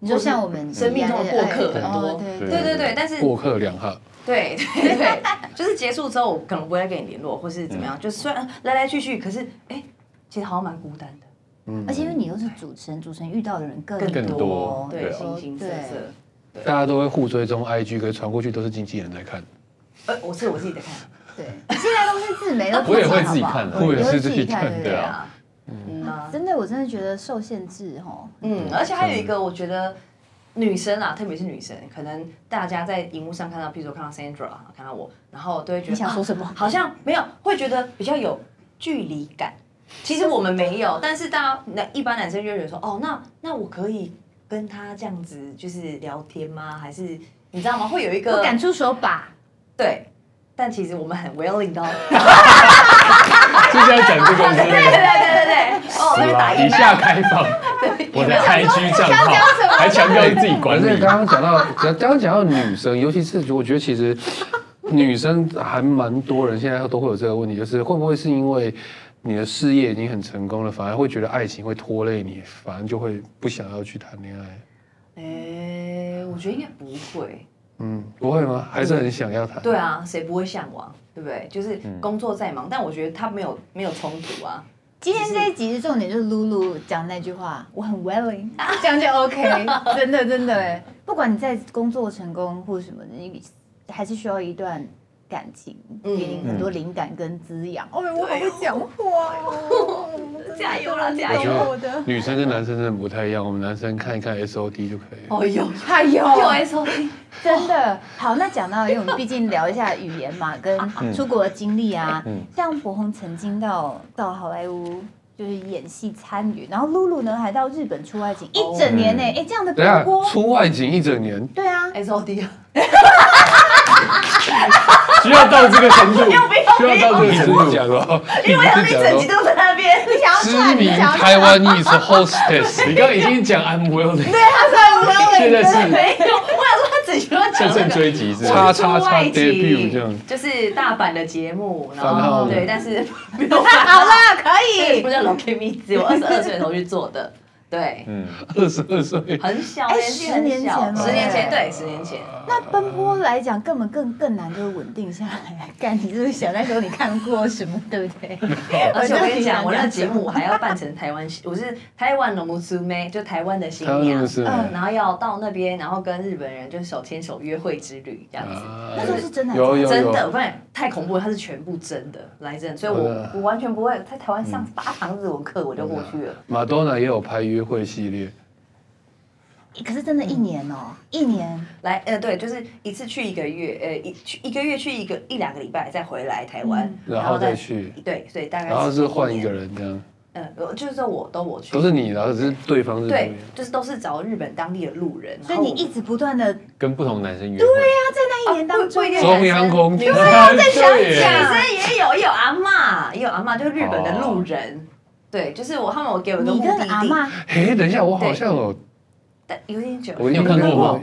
S2: 你说像我们
S4: 生命中的过客
S2: 对
S4: 很多
S2: 哦对对
S5: 对
S4: 对对对，但是
S3: 过客两哈，
S4: 对对对， [laughs] 就是结束之后，我可能不会再跟你联络，或是怎么样，就虽然来来去去，可是哎，其实好像蛮孤单的。
S2: 而且因为你又是主持人，主持人遇到的人更
S5: 嗯更多
S4: 对，
S5: 对啊
S4: 形形色
S2: 哦
S4: 色。
S3: 大家都会互追踪 IG，可是传过去都是经纪人在看，
S4: 呃，我是我自己在看，
S2: 对，现在都是自媒了，
S5: [laughs] 我也会自己看
S2: 好不
S5: 的，
S2: 好
S3: 我也
S2: 你会
S3: 是
S2: 自
S3: 自
S2: 己
S3: 己
S2: 看
S3: 看
S2: 对不
S5: 对
S2: 对
S5: 啊。
S4: 嗯啊，
S2: 真的，我真的觉得受限制哦吼，
S4: 嗯，而且还有一个，我觉得女生啊，特别是女生，可能大家在荧幕上看到，譬如说看到 Sandra，看到我，然后都会觉得
S2: 你想
S4: 啊
S2: 说什么
S4: 好像没有，会觉得比较有距离感。其实我们没
S2: [laughs]
S4: 有，但是大家那一般男生就会觉得说，哦，那那我可以跟他这样子就是聊天吗？还是你知道吗？会有一
S2: 不
S4: 个
S2: 敢出手把，
S4: 对，但其实我们很 willing 哦到，
S5: [laughs] 就是要讲这个，
S4: 对
S5: 对
S4: 对对对对，
S2: [laughs]
S4: 哦，那边打一
S5: 以下开放我的 IG 账号，还强调自己
S3: 而
S5: 管
S3: 且
S5: 理。
S3: 刚刚讲到，刚刚讲到女生，尤其是我觉得其实女生还蛮多人现在都会有这个问题，就是会不会是因为你的事业已经很成功了，反而会觉得爱情会拖累你，反而就会不想要去谈恋爱？
S4: 哎，我觉得应该不会。
S3: 嗯，不会吗？还是很想要谈？
S4: 对啊，谁不会向往，对不对？就是
S3: 嗯
S4: 工作再忙，但我觉得他没有没有冲突啊。
S2: 今天这一集的重点就是露露讲那句话，我很 willing，这
S4: [laughs]
S2: 样就 OK，真的真的哎，不管你在工作成功或什么的，你还是需要一段感情，给
S4: 嗯
S2: 你很多灵感跟滋养。哦，我好会讲话哦，
S4: 加油
S2: [laughs]
S4: 啦加
S3: 我觉
S2: 油！我
S3: 得
S2: 的，
S3: 女生跟男生真的不太一样，我们男生看一看 S O D 就可以了。
S4: 哦呦，
S2: 哎呦，
S4: [laughs] 又 S O T，
S2: 真的好，那讲到，因为我们毕竟聊一下语言嘛，跟
S3: 嗯
S2: 出国的经历啊，像博宏曾经到到好莱坞就是演戏参与，然后露露呢还到日本出外景一整年呢、哎、这样的
S3: 等一
S2: 风
S3: 下
S2: 波，
S3: 出外景嗯一整年，
S2: 对啊，
S4: S O D，
S5: [laughs] 需要到这个程度，需要到这个
S3: 你
S5: 程
S3: 真的
S5: 度。
S3: 假的哦？因
S4: 我想一整集都在那
S3: [laughs]
S4: 边。
S2: 你想要
S3: 知
S2: 赚，你
S3: 名
S2: 想要
S3: 台湾艺术 hostess，
S5: 你刚刚已经讲 I'm willing，现在是
S4: 没有，我想说他整集都在
S5: 乘
S4: 讲
S5: 胜
S4: 那个。
S5: 追击，是不是
S3: 叉叉
S4: 出
S3: 叉
S4: 外景
S3: debut 这样。
S4: 就是大阪的节目，然
S3: 番号
S4: 后
S3: 的
S4: 对，但
S3: [laughs]
S4: 是没有
S2: 好啦，可
S4: 对，
S2: 以
S4: [laughs] 不。叫 Lucky Me 子，我二十二岁的时候去做的，对，
S5: 嗯，
S3: 二十二岁，
S4: 很小，
S2: 哎
S4: 年纪
S2: 十年
S4: 很
S2: 前
S4: 小，
S2: 吗
S4: 十年前，对，十年前，
S2: [laughs] 那奔波来讲，根本更更难，就是稳定下来。干，你是不是想那时候你看过什么，对不
S4: [laughs]
S2: 对？
S4: 而且我跟你讲，我那个
S2: 真的很想
S4: 节目我还要扮成台湾， [laughs] 我是台湾龙珠妹，就台湾的新
S3: 台湾
S4: 娘
S3: 龙珠妹，
S4: 然后要到那边，然后跟日本人就手牵手约会之旅这样子。
S2: 那时候是真的还是假的
S3: 啊有有有
S4: 真的，我发现太恐怖了，它是全部真的来真的，所以我
S3: 呃
S4: 我完全不会在台湾上八堂日文课我就过去了。
S3: 马多纳也有拍约会系列，
S2: 可是真的，一年哦、一年。
S4: 来，呃，对，就是一次去一个月，呃，一去一个月去一个一两个礼拜，再回来台湾，
S3: 嗯然后再去，
S4: 对，所以大概
S3: 然后是换
S4: 一
S3: 一
S4: 年
S3: 个，人这样，
S4: 嗯，呃就是说我都我去，
S3: 都是你，然后只是对方是
S4: 对，就是都是找日本当地的路人，
S2: 所以你一直不断的
S5: 跟不同男生约会，
S2: 在那一年当中，
S4: 哦不不一定
S3: 中央空调，
S5: 对啊，在想哦
S4: 女生也有，也有阿嬷，也有阿嬷，就是日本的路人。对，就是我他们我给我的
S2: 你
S4: 目
S2: 跟
S4: 的
S2: 阿
S4: 地，
S2: 妈
S3: 哎，等一下，我好像有，
S4: 但有点久，
S3: 我
S5: 你有看过吗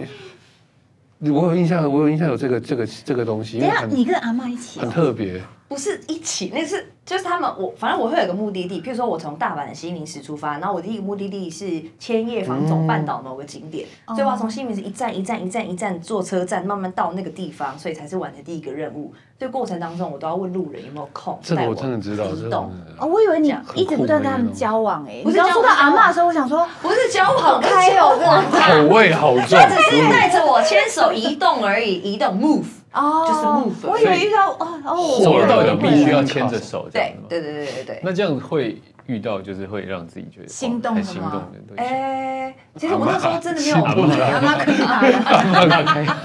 S3: 我？我有印象，我有印象有这个这个这个东西，因
S2: 等一
S3: 为
S2: 下，
S3: 很
S2: 你跟阿妈一起啊
S3: 很特别。
S4: 不是一起，那是就是他们我反正我会有个目的地，譬如说我从大阪的西明石出发，然后我第一个目的地是千叶房总半岛某个景点，所以我要从西明石一站一站一站一站坐车站慢慢到那个地方，所以才是完成第一个任务。所以过程当中我都要问路人有没有空，
S3: 这个
S4: 带
S3: 我真的知道，
S4: 移
S3: 这个我
S4: 动
S3: 真。的知道。
S2: 哦，我以为你一直不断跟他们交往哎、你刚说到阿妈的时候，我想说
S4: 不是交往开哦，真的
S3: 口味好
S4: [laughs]
S3: 重，
S4: 他只是带着我牵手移动而已，移动 move，
S2: 哦，
S4: 就是 move
S2: 我以为遇到哦哦，
S5: 走路的必须要牵着手，这样
S4: 对
S5: 子吗？
S4: 对对对对对。
S5: 那这样会遇到，就是会让自己觉得
S2: 心动的
S5: 很
S2: 吗
S5: 心动的对象。
S4: 哎，其实我那时候真的没有，
S2: 阿妈可怕了，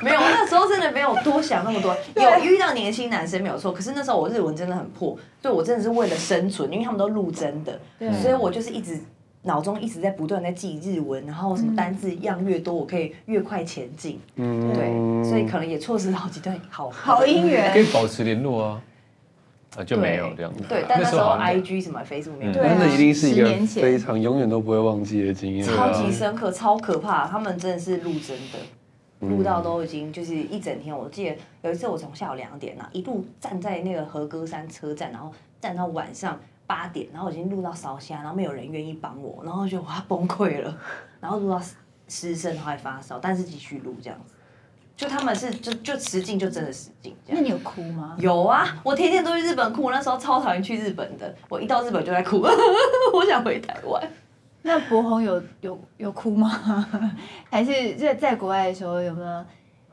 S4: 没有，我那时候真的没有多想那么多。有遇到年轻男生没有错，可是那时候我日文真的很破，所以我真的是为了生存，因为他们都入真的，所以我就是一直脑中一直在不断地在记日文，然后什么单字样越多，我可以越快前进。
S3: 嗯
S4: 对，所以可能也错失了好几段好
S2: 好姻
S5: [laughs] 可
S2: 缘。
S5: 以保持联络啊，啊就没有
S4: 对
S5: 这样子。
S4: 对，但那时候
S5: 好像
S4: IG 什么 Facebook 没有。
S2: 对啊
S3: 那一定是一
S2: 十
S3: 个
S2: 年前
S3: 非常永远都不会忘记的经验。啊
S4: 超
S5: 啊
S4: 级深刻，超可怕。他们真的是录真的，
S5: 嗯
S4: 录到都已经就是一整天。我记得有一次我从下午两点啊，一路站在那个和歌山车站，然后站到晚上八点，然后我已经录到烧香，然后没有人愿意帮我，然后我觉得我要崩溃了， [laughs] 然后录到失声，然后还发烧，但是继续录这样子。就他们是就就实境就真的实境这
S2: 那
S4: 样。
S2: 你有哭吗？
S4: 有啊，我天天都去日本哭，我那时候超讨厌去日本的，我一到日本就在哭， [laughs] 我想回台湾。
S2: 那博宏有有有哭吗？ [laughs] 还是在在国外的时候有没有？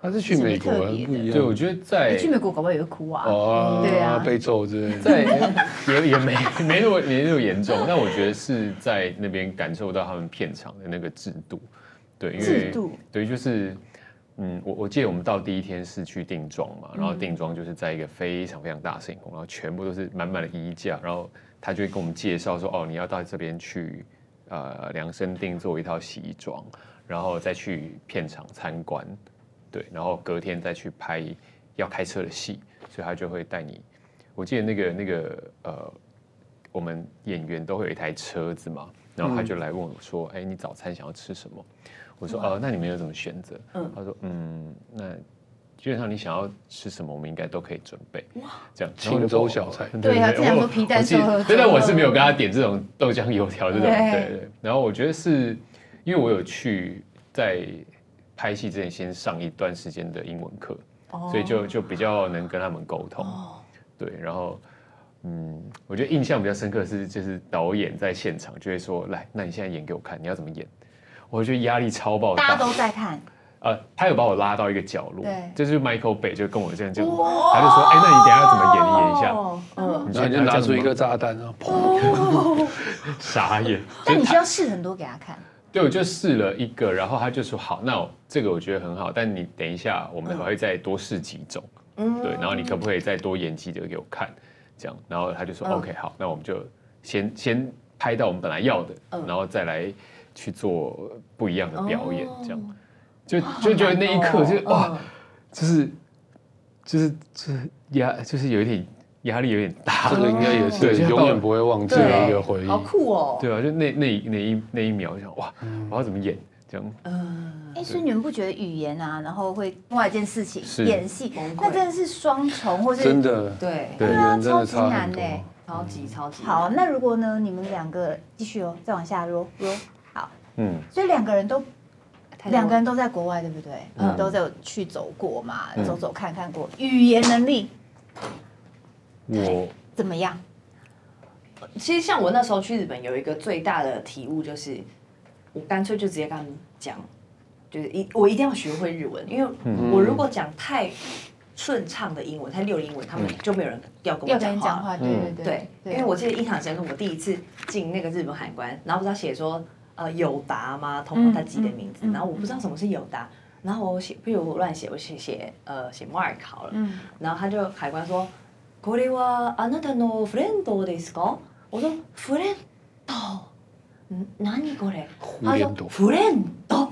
S3: 他是去美国
S2: 什么
S3: 不
S2: 特别的
S3: 一
S5: 对，
S3: 样
S5: 我。觉得在
S2: 你哎去美国搞不好也会哭啊。
S3: 哦，
S2: 对啊
S3: 被揍之类的。
S5: 在也也没 [laughs] 没那么没那么严重，但我觉得是在那边感受到他们片场的那个制度，对，因为
S2: 制度
S5: 对，就是嗯，我我记得我们到第一天是去定妆嘛，然后定妆就是在一个非常非常大的摄影棚，然后全部都是满满的衣架，然后他就会跟我们介绍说，哦，你要到这边去呃量身定做一套西装，然后再去片场参观，对，然后隔天再去拍要开车的戏，所以他就会带你。我记得那个那个呃，我们演员都会有一台车子嘛，
S3: 嗯
S5: 然后他就来问我说：“哎、你早餐想要吃什么？”我说：“哦，那你们有什么选择？”
S4: 嗯
S5: 他说：“嗯，那基本上你想要吃什么，我们应该都可以准备。”这样
S3: 青州小菜
S2: 对啊这样说皮蛋瘦肉粥
S5: 对，但我是没有跟他点这种豆浆油条这种，
S2: 对
S5: 对对。然后我觉得是因为我有去在拍戏之前先上一段时间的英文课，
S2: 哦
S5: 所以就就比较能跟他们沟通。对，然后嗯，我觉得印象比较深刻的是，就是导演在现场就会说：“来，那你现在演给我看，你要怎么演？”我觉得压力超爆
S2: 大家，
S5: 大
S2: 都在看，
S5: 呃，他有把我拉到一个角落
S2: 对，
S5: 就是 Michael Bay 就跟我这样这样，他就说：“哎，那你等一下要怎么演？你演一下。
S4: 哦，嗯，
S5: 你
S3: 然后
S5: 现
S3: 你
S5: 在
S3: 就
S5: 要这
S3: 拿
S5: 样
S3: 出一
S5: 吗
S3: 个炸弹，啊然后砰！
S5: 傻眼。
S2: 但你需要试很多给他看。
S5: 对，我就试了一个，然后他就说好，那我这个我觉得很好，但你等一下，我们还会再多试几种，
S4: 嗯
S5: 对，然后你可不可以再多演几个给我看，这样，然后他就说、OK，好，那我们就先先拍到我们本来要的，然后再来去做不一样的表演，这样，就就觉得那一
S4: 哦
S5: 刻就是、
S4: 嗯
S5: 哇，就是就是就是压，就是有一点压力有点大，
S3: 这个应该也是
S5: 对
S3: 永远不会忘记的一个回忆。
S4: 嗯好酷哦。
S5: 对啊，就那那一那一那一秒，我想哇，我要怎么演这样。
S4: 嗯
S2: 哎，所以你们不觉得语言啊，然后会另外一件事情
S5: 是
S2: 演戏
S4: 崩，溃
S2: 那真的是双重，或是
S3: 真的，
S4: 对，
S3: 对，
S2: 啊
S3: 人真的
S2: 超级
S3: 差
S2: 难
S3: 很多。
S2: 欸
S4: 超级超级
S2: 好。那如果呢，你们两个继续哦，再往下揉揉。好，
S5: 嗯，
S2: 所以两个人都
S4: 太多
S2: 两个人都在国外，对不对？
S5: 嗯
S2: 都有去走过嘛，
S5: 嗯
S2: 走走看看过。语言能力
S5: 我
S2: 怎么样？
S4: 其实像我那时候去日本，有一个最大的体悟就是，我干脆就直接跟他们讲，就是一我一定要学会日文，因为
S5: 嗯
S4: 我如果讲太顺畅的英文，太溜的英文，他们
S5: 嗯
S4: 就没有人要跟
S2: 要
S4: 我
S2: 跟
S4: 讲
S2: 人
S4: 话
S2: 讲
S4: 了。
S2: 话，对
S3: 嗯
S2: 对
S4: 对
S2: 对，，
S4: 因为我记得印象深刻，我第一次进那个日本海关，然后不知道写说呃友达吗？同他自己的名字，
S2: 嗯嗯嗯
S4: 然后我不知道什么是友达，然后我写，譬如我乱写，我写写呃写 Mark 好了，
S2: 嗯
S4: 然后他就海关说，これはあなたのフレンドですか？我说フレンド，嗯，何これ？
S3: 胡
S4: 他
S3: 连
S4: 说
S2: [laughs]
S3: 朵，
S4: フレンド，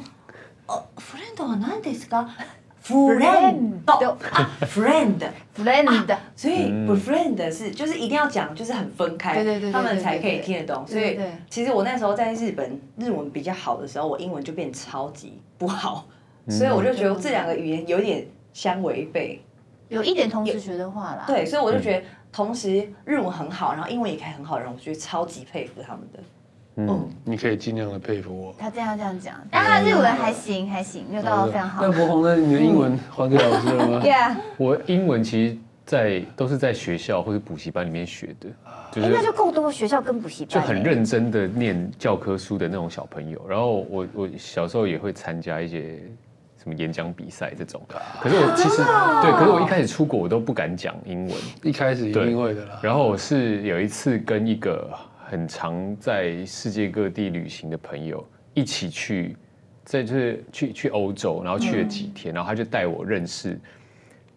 S4: 哦，フレンドは何ですか？ friend 啊 friend。
S2: friend，
S4: 所以
S5: 嗯
S4: befriend 是就是一定要讲，就是很分开，
S2: 对对对对
S4: 他们才可以听得懂。
S2: 对
S4: 所
S2: 对
S4: 以
S2: 对
S4: 其实我那时候在日本日文比较好的时候，我英文就变超级不好，
S5: 嗯
S4: 所以我就觉得这两个语言有点相违背。
S2: 有一点同时学的话啦，，
S4: 对，所以我就觉
S5: 嗯
S4: 得同时日文很好，然后英文也可以很好的人，我觉得超级佩服他们的。哦
S5: 嗯，
S3: 你可以尽量的佩服我。
S2: 他这样这样讲，
S3: 嗯
S2: 但他日文还行还行，没有
S4: 哦
S2: 到非常好
S3: 那。博宏呢？你的英
S4: 嗯
S3: 文还给老师
S4: [laughs]
S3: 了吗？
S2: Yeah，
S5: 我英文其实在都是在学校或者补习班里面学的，就
S2: 哎，
S5: 是
S2: 那就够多学校跟补习
S5: 就
S2: 班，
S5: 很，认真的念教科书的那种小朋友。然后我我小时候也会参加一些什么演讲比赛这种，可是
S2: 啊
S5: 我其实
S2: 哦
S5: 对，可是我一开始出国我都不敢讲英文。
S3: 一开始一定会的啦。
S5: 然后我是有一次跟一个很常在世界各地旅行的朋友一起去，在就是去去欧洲，然后去了几天，然后他就带我认识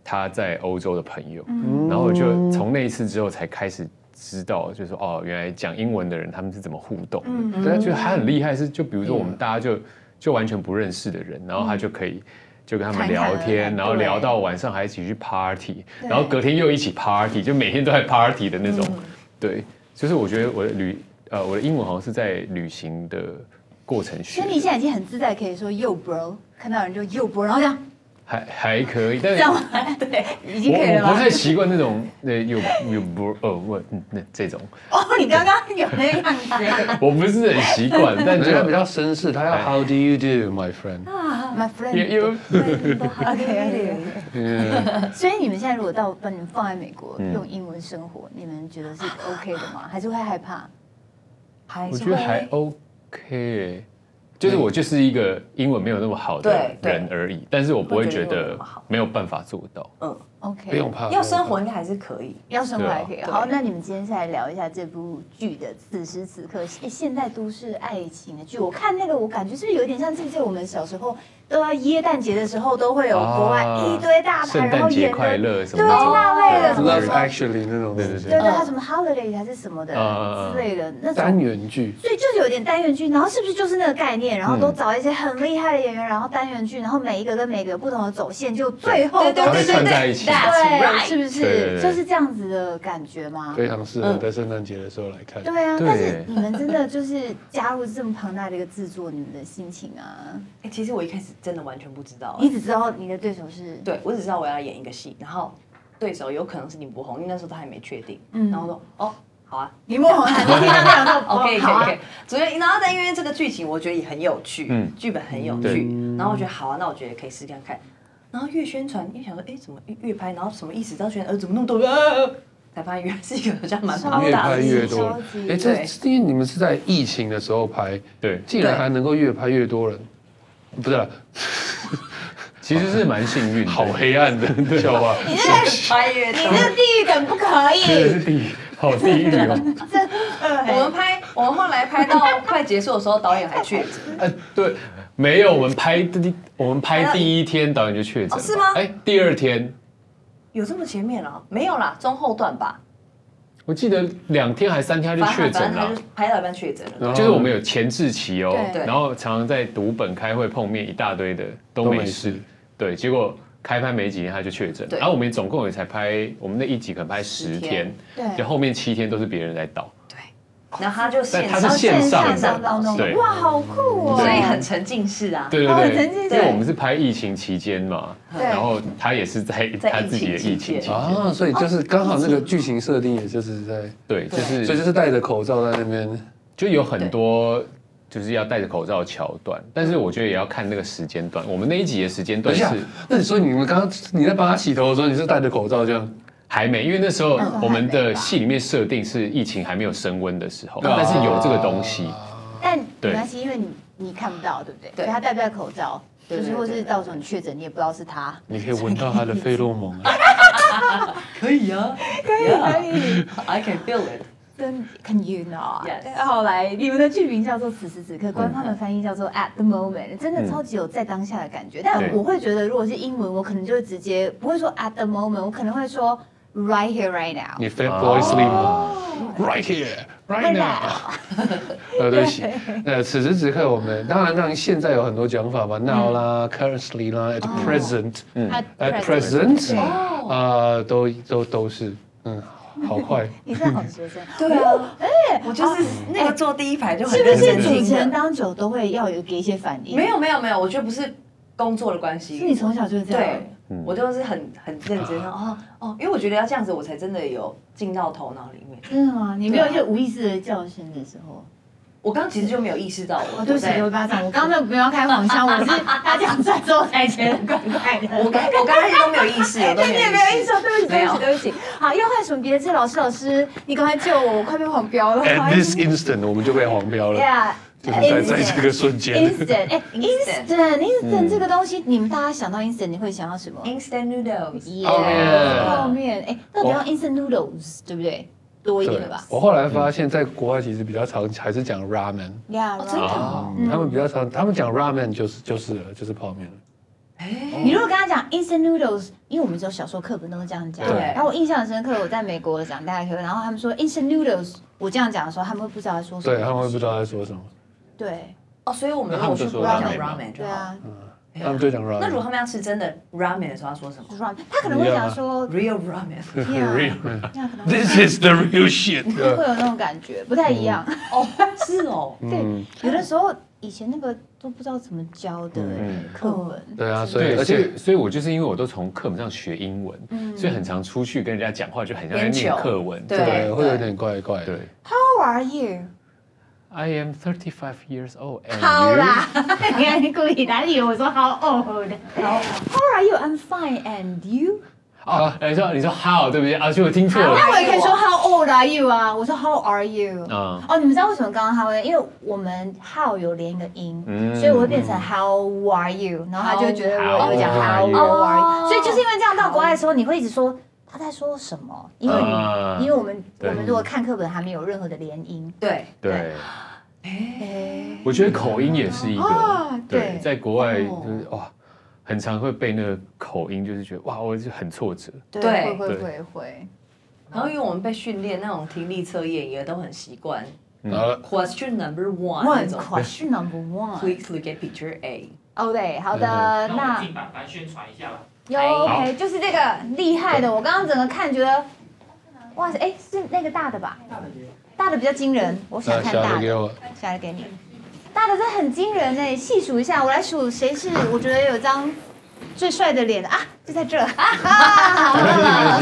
S5: 他在欧洲的朋友，
S2: 嗯
S5: 然后我就从那一次之后才开始。知道就是说哦，原来讲英文的人他们是怎么互动的，
S2: 嗯
S5: 对，他觉得他很厉害是，就比如说我们大家就就完全不认识的人，然后他就可以就跟他们
S2: 侃侃
S5: 聊
S2: 而
S5: 天，
S2: 谈
S5: 然后
S2: 对
S5: 聊到晚上还一起去 party，然后隔天又一起 party，就每天都在 party 的那种。
S2: 嗯
S5: 对，就是我觉得我的旅呃我的英文好像是在旅行的过程学
S2: 所以
S5: 的，
S2: 你现在已经很自在，可以
S5: 嗯
S2: 说 Yo bro，看到人就 Yo bro，然后这样
S5: 还还可以，
S2: 这
S5: 但是
S2: 样
S5: 我
S2: 吗？
S5: [laughs]
S2: 对，已经可以了
S5: 我不
S2: 吗？
S5: 太习惯那种呃有有不哦我嗯那这种，
S2: 哦，你刚刚有那个样子
S5: 我不是很
S2: [laughs]
S5: 习惯，但
S3: 人
S5: 就
S3: 家比较绅士，他要
S5: 哎
S3: How do you do, my friend？
S4: 啊
S2: ，My
S5: 也
S2: friend。
S5: [laughs] 有
S2: OK，
S3: 嗯
S2: 所以你们现在如果到把你们放在美国用英文生活，你们觉得是 OK 的吗？还是会害怕？
S4: 还
S5: 我
S4: 是
S5: 觉得还
S4: 会
S5: OK，就是我就是一个英文没有那么好的
S4: 对对
S5: 人而已，但是我不会觉
S4: 会觉得英文没有那
S5: 得
S4: 么好
S5: 没有办法做到。
S4: 嗯，
S2: OK，
S3: 不用怕。
S4: 要生活应该还是可以。
S2: 要生活还可以。
S4: 对啊
S2: 好，
S4: 对
S2: 那你们今天再来聊一下这部剧的此时此刻，诶现代都市爱情的剧。我看那个，我感觉是不是有点像，记不记得我们小时候都要耶诞节的时候，都会有国外
S5: 啊
S2: 一堆大牌，
S5: 圣
S2: 然后
S5: 诞节
S2: 演
S5: 快
S2: 的。
S5: 乐什
S2: 对啊
S5: 么那种
S2: 那类的什么
S3: Love
S2: 什
S3: Love
S2: 么，
S3: Actually 那种东西，
S5: 对
S2: 对对，
S5: 对
S2: 它什么 holiday 还是什么的
S5: 啊
S2: 之类的那
S3: 单
S2: 种，
S3: 元剧。
S2: 所以就是有点单元剧，然后是不是就是那个概念？然后都找一些很厉害的演员，然后单元剧，然后每一个跟每一个不同的走线，就最后都
S5: 它会
S2: 是
S5: 串在一起。
S2: 对，是不
S5: 对对
S2: 是
S5: 对
S2: 就是这样子的感觉吗？
S3: 非常适
S4: 嗯
S3: 合在圣诞节的时候来看。
S2: 对啊，
S5: 对
S2: 但是你们真的就是加入这么庞大的一个制作，你们的心情啊，
S4: 哎，其实我一开始真的完全不知道。
S2: 你只知道你的对手是，
S4: 对我只知道我要演一个戏，然后对手有可能是林柏宏，因为那时候都还没确定。
S2: 嗯
S4: 然后我说哦，好啊
S2: 林梦红啊， [laughs] 你听到没有？那我
S4: ，OK
S2: 好
S4: OK
S2: 啊
S4: OK。所以然后但因为这个剧情我觉得也很有趣，
S5: 嗯
S4: 剧本很有趣，然后我觉得好啊，那我觉得可以试试看看。然后越宣传越想说，哎，怎么越越拍，然后什么意思？然后觉得呃怎么那么多啊？才发现原来是一个好像蛮庞
S3: 越
S4: 大
S3: 拍
S4: 的
S3: 越
S4: 事
S2: 超
S4: 情。
S3: 多人
S2: 级，
S3: 哎，这
S4: 对
S3: 是因为你们是在疫情的时候拍，
S5: 对，
S3: 竟然
S4: 对
S3: 还能够越拍越多人，不是啦，
S5: 其实是蛮幸运的。
S3: 好
S5: [laughs]
S3: 黑暗的 [laughs] 笑话。
S2: 你这个
S4: 拍越多
S2: 你这个地狱梗不可以，
S5: 是地狱，好地狱哦！
S2: 真
S4: 我们
S2: 的。
S4: 拍，我们后来拍到快结束的时候，导演还确诊。
S5: 呃，对，没有，我们拍第我们拍第一天导演就确诊了，
S4: 哦是吗
S5: 哎，第二天
S4: 有这么前面啊？没有啦，中后段吧。
S5: 我记得两天还三天他就
S4: 反
S5: 确
S4: 正
S5: 诊啊
S4: 反正他
S5: 了
S4: 就。拍到一半确诊了。
S3: 然后
S5: 就是我们有前置期哦
S2: 对，
S5: 然后常常在读本开会碰面，一大堆的都没事。对，结果开拍没几天他就确诊，
S4: 对
S5: 然后我们总共也才拍我们那一集可能拍十
S4: 十
S5: 天
S4: 天，
S2: 对
S5: 就后面七天都是别人在导。
S4: 然后他就线
S5: 但他是线上的
S2: 哦当中
S5: 对，
S2: 哇，好酷哦！
S4: 所以很沉浸式啊。
S5: 对
S2: 哦
S5: 对
S2: 曾经
S5: 对，因为我们是拍疫情期间嘛，
S2: 对
S5: 然后他也是在
S4: 在
S5: 他自己的疫情
S4: 疫情
S5: 期
S4: 期
S5: 间
S4: 间，
S3: 啊，所以就是刚好那个剧情设定也就是在，
S5: 对，就
S3: 所以就是是戴着口罩在那边。
S5: 就有很多就是要戴着口罩的桥段，但是我觉得也要看那个时间段。我们那一集的时间
S3: 嗯等
S5: 段
S3: 一
S5: 是
S3: 下，那你说你们刚刚你在帮他洗头的时候，你是戴着口罩这样？
S5: 还没，因为那时候
S2: 那时候
S5: 我们
S2: 嗯还没
S5: 的
S2: 吧
S5: 戏里面设定是疫情还没有升温的时候，
S3: 啊
S5: 但是有这个东西。
S2: 但没关系，因为你你看不到，对不对？
S4: 对
S2: 所以他戴不戴口罩，就
S4: 对对
S2: 是
S4: 对
S2: 或是到时候你确诊，你也不知道是他。
S3: 你可以闻到他的费洛蒙 [laughs] 啊。
S4: 可以啊，可以可以，I can feel it。
S2: 真 Can you know 啊
S4: Yes
S2: 后来你们的剧名叫做《此时此刻》，官方的翻译叫做 At the moment，真的超级有在当下的感觉。但
S5: 对
S2: 我会觉得，如果是英文，我可能就会直接不会说 At the moment，我可能会说 Right here, right now。
S3: 你 Fat Boy Slim 啊吗？Right here, right now。呃， [laughs] 对不起，那此时此刻我们当然当然现在有很多讲法吧，now 啦，currently 啦，at
S2: 哦
S3: present，嗯，at present，啊，都都都是，嗯，好快。
S2: 你是好学生，
S4: 对啊，哎，我就是那个坐第一排 [laughs] 就很
S2: 是不
S4: 认
S2: 是
S4: 真
S2: 主持人
S4: 听的。
S2: 当久都会要有给一些反应？
S4: 没，有没有没有，我觉得不是工作的关系，
S2: 是你从小就是这样。
S4: 对，我就是很很认真，然后哦哦，因为我觉得要这样子，我才真的有进到头脑里面。
S2: 真的吗？你没有一些无意识的叫声的时候？
S4: 我刚刚其实就没有意识到我，
S2: 哦，对不起，
S4: 在
S2: 刘巴掌，我刚刚没有要开黄腔，我是他讲出来之后才觉得怪怪的。
S4: 我刚我刚开始都没有意识，我都
S2: 对，
S4: 没
S2: 你也
S4: 有
S2: 没有意
S4: 意
S2: 识，对不起，
S4: 没
S2: 对不
S4: 有
S2: 起，对不起。好，要换什么别的？老师，老师，你赶快救我，我快被黄标了。
S3: At this instant，我们就被黄标了，
S2: Yeah，
S3: 就是在在这个瞬间。
S2: instant，哎
S4: Instant 嗯
S2: ，instant，instant 这个东西，你们大家想到 instant，你会想到什么？
S4: instant noodles。
S5: Oh,
S3: 泡面
S2: 泡面，哎，到底要
S3: 我
S2: instant noodles 对不对？多一点了吧
S3: 我后来发现，在国外其实比较常还是讲 ramen，
S2: ？Yeah，
S4: 真的哦
S3: 嗯他们比较常，他们讲 ramen 就是就是了，就是泡面了。哦
S2: 你如果跟他讲 instant noodles，因为我们只有小时候课本都是这样讲。
S3: 对
S2: 然后我印象很深刻，我在美国长大以后，然后他们说 instant noodles，我这样讲的时候，他们会不知道在说什么。
S3: 对他们会不知道在说什么，
S2: 对
S4: 哦，所以我们
S5: 那
S4: 如
S5: 他
S4: 果
S5: 们
S4: 去
S5: 就
S4: 国
S5: 说
S4: 外讲
S3: ramen 嘛
S4: ramen 就
S2: 对
S4: 好。
S3: 嗯
S2: 啊，
S3: 他们就讲
S4: 那如果
S3: ramen。
S4: 他们要吃真的 ramen 的时候，要说
S2: [laughs]
S4: 什么
S2: 就是 ramen，他可能会讲说
S4: ？Real ramen。
S3: [laughs]
S2: yeah，这样可能会
S3: 啊 This is the real shit。
S2: 会有那种感觉，不太一样。
S4: 哦，是哦。
S3: 嗯
S2: 对，有的时候以前那个都不知道怎么教的
S5: 嗯
S2: 课本，
S3: 对啊，所以
S5: 对，
S3: 而
S5: 所
S3: 且
S5: 以所以我就是因为我都从课本上学英文，所以很常出去跟人家讲话，就很像在
S4: 边
S5: 念
S4: 求
S5: 课文。
S4: 对
S3: 对会有点怪怪的
S5: 对。
S2: Oh. How are you？
S5: I am thirty five years old. and
S2: 好
S5: you？
S2: 啦， [laughs] 你看故意哪里有我说 How old？好，How are you？I'm fine and you？
S5: 哦，你说你说 how 对不对？啊，就我听错了。
S2: 那我也可以说 How old are you 啊？我说 How are you？
S5: 啊
S2: 哦，你们知道为什么刚刚他会？因为我们 How 有连一个音，
S5: 嗯
S2: 所以我会变成 How are you？然后他就会觉得我有讲 How
S5: How
S2: are you？所以就是因为这样，到国外的时候你会一直说他在说什么，因为
S5: 啊
S2: 你因为我们我
S5: 对
S2: 们如果看课本，还没有任何的连音。
S4: 对，
S5: 对，
S2: 哎，
S5: 我觉得口音也是一
S2: 啊
S5: 个。
S2: 对
S5: 对，在国外
S4: 哦
S5: 就是哇，很常会被那个口音，就是觉得哇，我就很挫折。
S2: 对，
S4: 对
S2: 会会
S5: 对
S2: 会会。
S4: 然后因为我们被训练那种听力测验也都很习惯。
S5: 嗯
S3: 好了，
S4: Question number one
S2: 我
S4: 那
S2: 很
S4: 种
S2: question number one。
S4: ，Please look at picture A。
S2: 哦对，好的，
S6: 那
S5: 嗯
S6: 我
S2: 那
S6: 们。进版班宣传一下吧。
S2: 有
S4: 哎
S2: OK，就是这个厉害的，我刚刚整个看觉得，哇塞，哎，是那个大的吧？大的比较惊人，我想
S3: 那
S2: 看
S3: 小
S2: 大
S3: 的给
S2: 的，
S3: 我，
S2: 下来给你。大的真的很惊人哎，细数一下，我来数谁是我觉得有张最帅的脸的啊，就在
S3: [laughs]
S2: 这，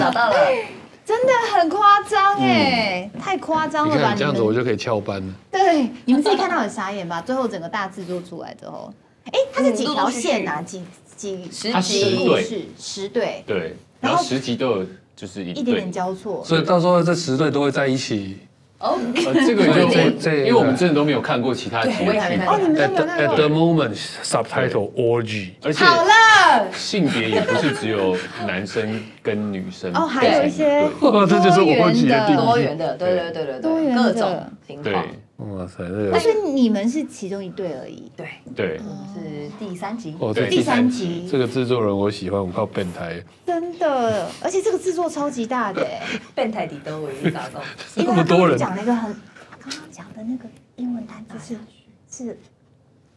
S4: 找到了，
S2: [laughs] 真的很夸张哎，太夸张
S3: 嗯你
S2: 了吧？
S3: 看
S2: 你
S3: 这样子
S2: 们
S3: 我就可以翘班了。
S2: 对，你们自己看到很傻眼吧？最后整个大制作出来之后，哎，它是几
S4: 嗯陆陆
S2: 条
S4: 续
S2: 线
S4: 续
S2: 啊？几几
S4: 十
S5: 它
S4: 集
S5: 十
S2: 故
S5: 对
S2: 事？十对，
S5: 对，
S2: 然后
S5: 然后十集都有就是一
S2: 一点点
S5: 对。
S2: 交错。
S3: 所以到时候这十对都会在一起。
S4: 哦，
S5: 呃，这个就
S3: 所以
S5: 我
S3: 这这
S5: 因为我们真的都没有看过其他
S4: 对
S5: 集
S4: 我也还没看过哦你
S3: At the, at the moment, subtitle orgy。
S5: 而且
S2: 好了。
S5: 性别也不是只有男生跟女生
S2: 哦还有一些
S3: 哇，哦这就是我姐的定
S4: 多
S3: 义。
S4: 元的，对对对对
S2: 多元
S4: 对，
S2: 的
S4: 各种型
S5: 对
S4: 号，
S3: 哇塞，这
S2: 但
S3: 个
S2: 是你们是其中一对而已。
S4: 对，
S5: 对
S2: 哦
S4: 是第三集，
S3: 哦，这
S5: 第
S2: 三集
S3: 这个制作人我喜欢，我靠本台，
S2: 真的，而且这个制作超级大
S3: [laughs]
S2: 的哎，
S4: 变态底都我已经打
S5: [laughs]
S4: 动，
S3: 这么多人
S2: 因为他刚刚讲了一个很，我刚刚讲的那个英文单词是是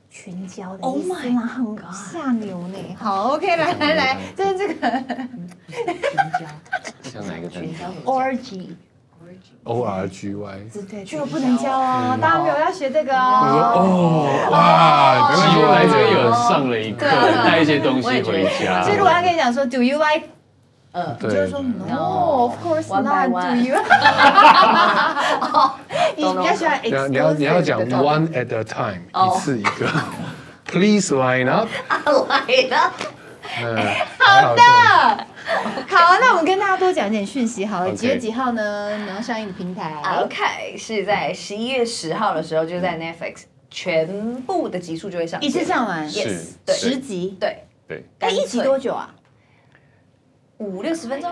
S2: 群交的
S4: Oh
S2: 意
S4: my
S2: 思吗？很下流呢。好，OK，来来来，就是这个
S5: 像哪一个单
S4: 你
S5: 词
S4: 知？道怎么 [laughs]
S2: orgy，
S3: O R G Y。
S2: 对，这个不能教哦，大家没有要学这个
S3: 我说
S2: 哦。
S3: 哦，哇，
S5: 没关系，
S3: 机
S5: 我来这边
S3: 会
S5: 有上了一课，
S4: 对啊对啊
S5: 带一些东西回家
S2: 所。以如果他跟你讲说 Do you like，
S4: 嗯，
S2: 你就会说 No，of course
S4: One by
S2: not，Do
S4: one [laughs]
S2: you？你比较喜欢
S3: 你要你要你要讲
S2: exclusive 的
S3: one at a time，
S4: 哦
S3: 一次一个。Please 嗯 line [laughs] up。
S4: 来了，
S3: 好的。
S2: 好，那我们跟大家多讲一点讯息好了。
S5: OK
S2: 几月几号呢？你要上映的平台。
S4: OK，是在十一月十号的时候，就在 Netflix 全部的集数就会上，
S2: 嗯一次上完
S4: ，Yes，
S5: 是
S4: 对
S2: 十集，
S4: 对，
S5: 对，
S2: 哎，
S4: 干脆
S2: 一集多久啊？
S4: 五六十分钟，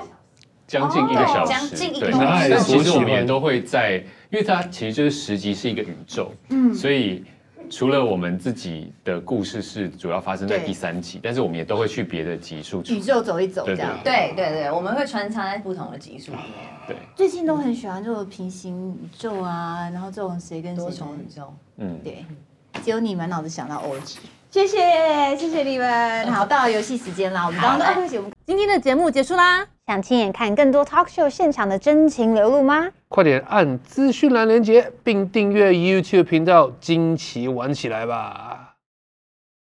S5: 将近一个小时，
S4: 将近一个
S5: 对
S4: 小时
S5: 但
S3: 我
S5: 其实
S3: 喜
S5: 我
S3: 欢
S5: 们也都会在，因为它其实就是十集是一个宇宙，嗯，所以除了我们自己的故事是主要发生在第三集，但是我们也都会去别的集数出
S2: 宇宙走一走
S5: 对
S2: 这样。
S4: 对对对，我们会穿插在不同的集数里面，
S5: 对，
S2: 最近都很喜欢这种平行宇宙啊，然后这种谁跟谁
S4: 多
S2: 的
S4: 重宇宙。
S5: 嗯，
S2: 对，只有你满脑子想到 OG。谢谢，谢谢你们。好，到了游戏时间啦，我们刚刚到游戏，我们今天的节目结束啦。
S7: 想亲眼看更多 talk show 现场的真情流露吗？
S8: 快点按资讯栏连接，并订阅 YouTube 频道，惊奇玩起来吧！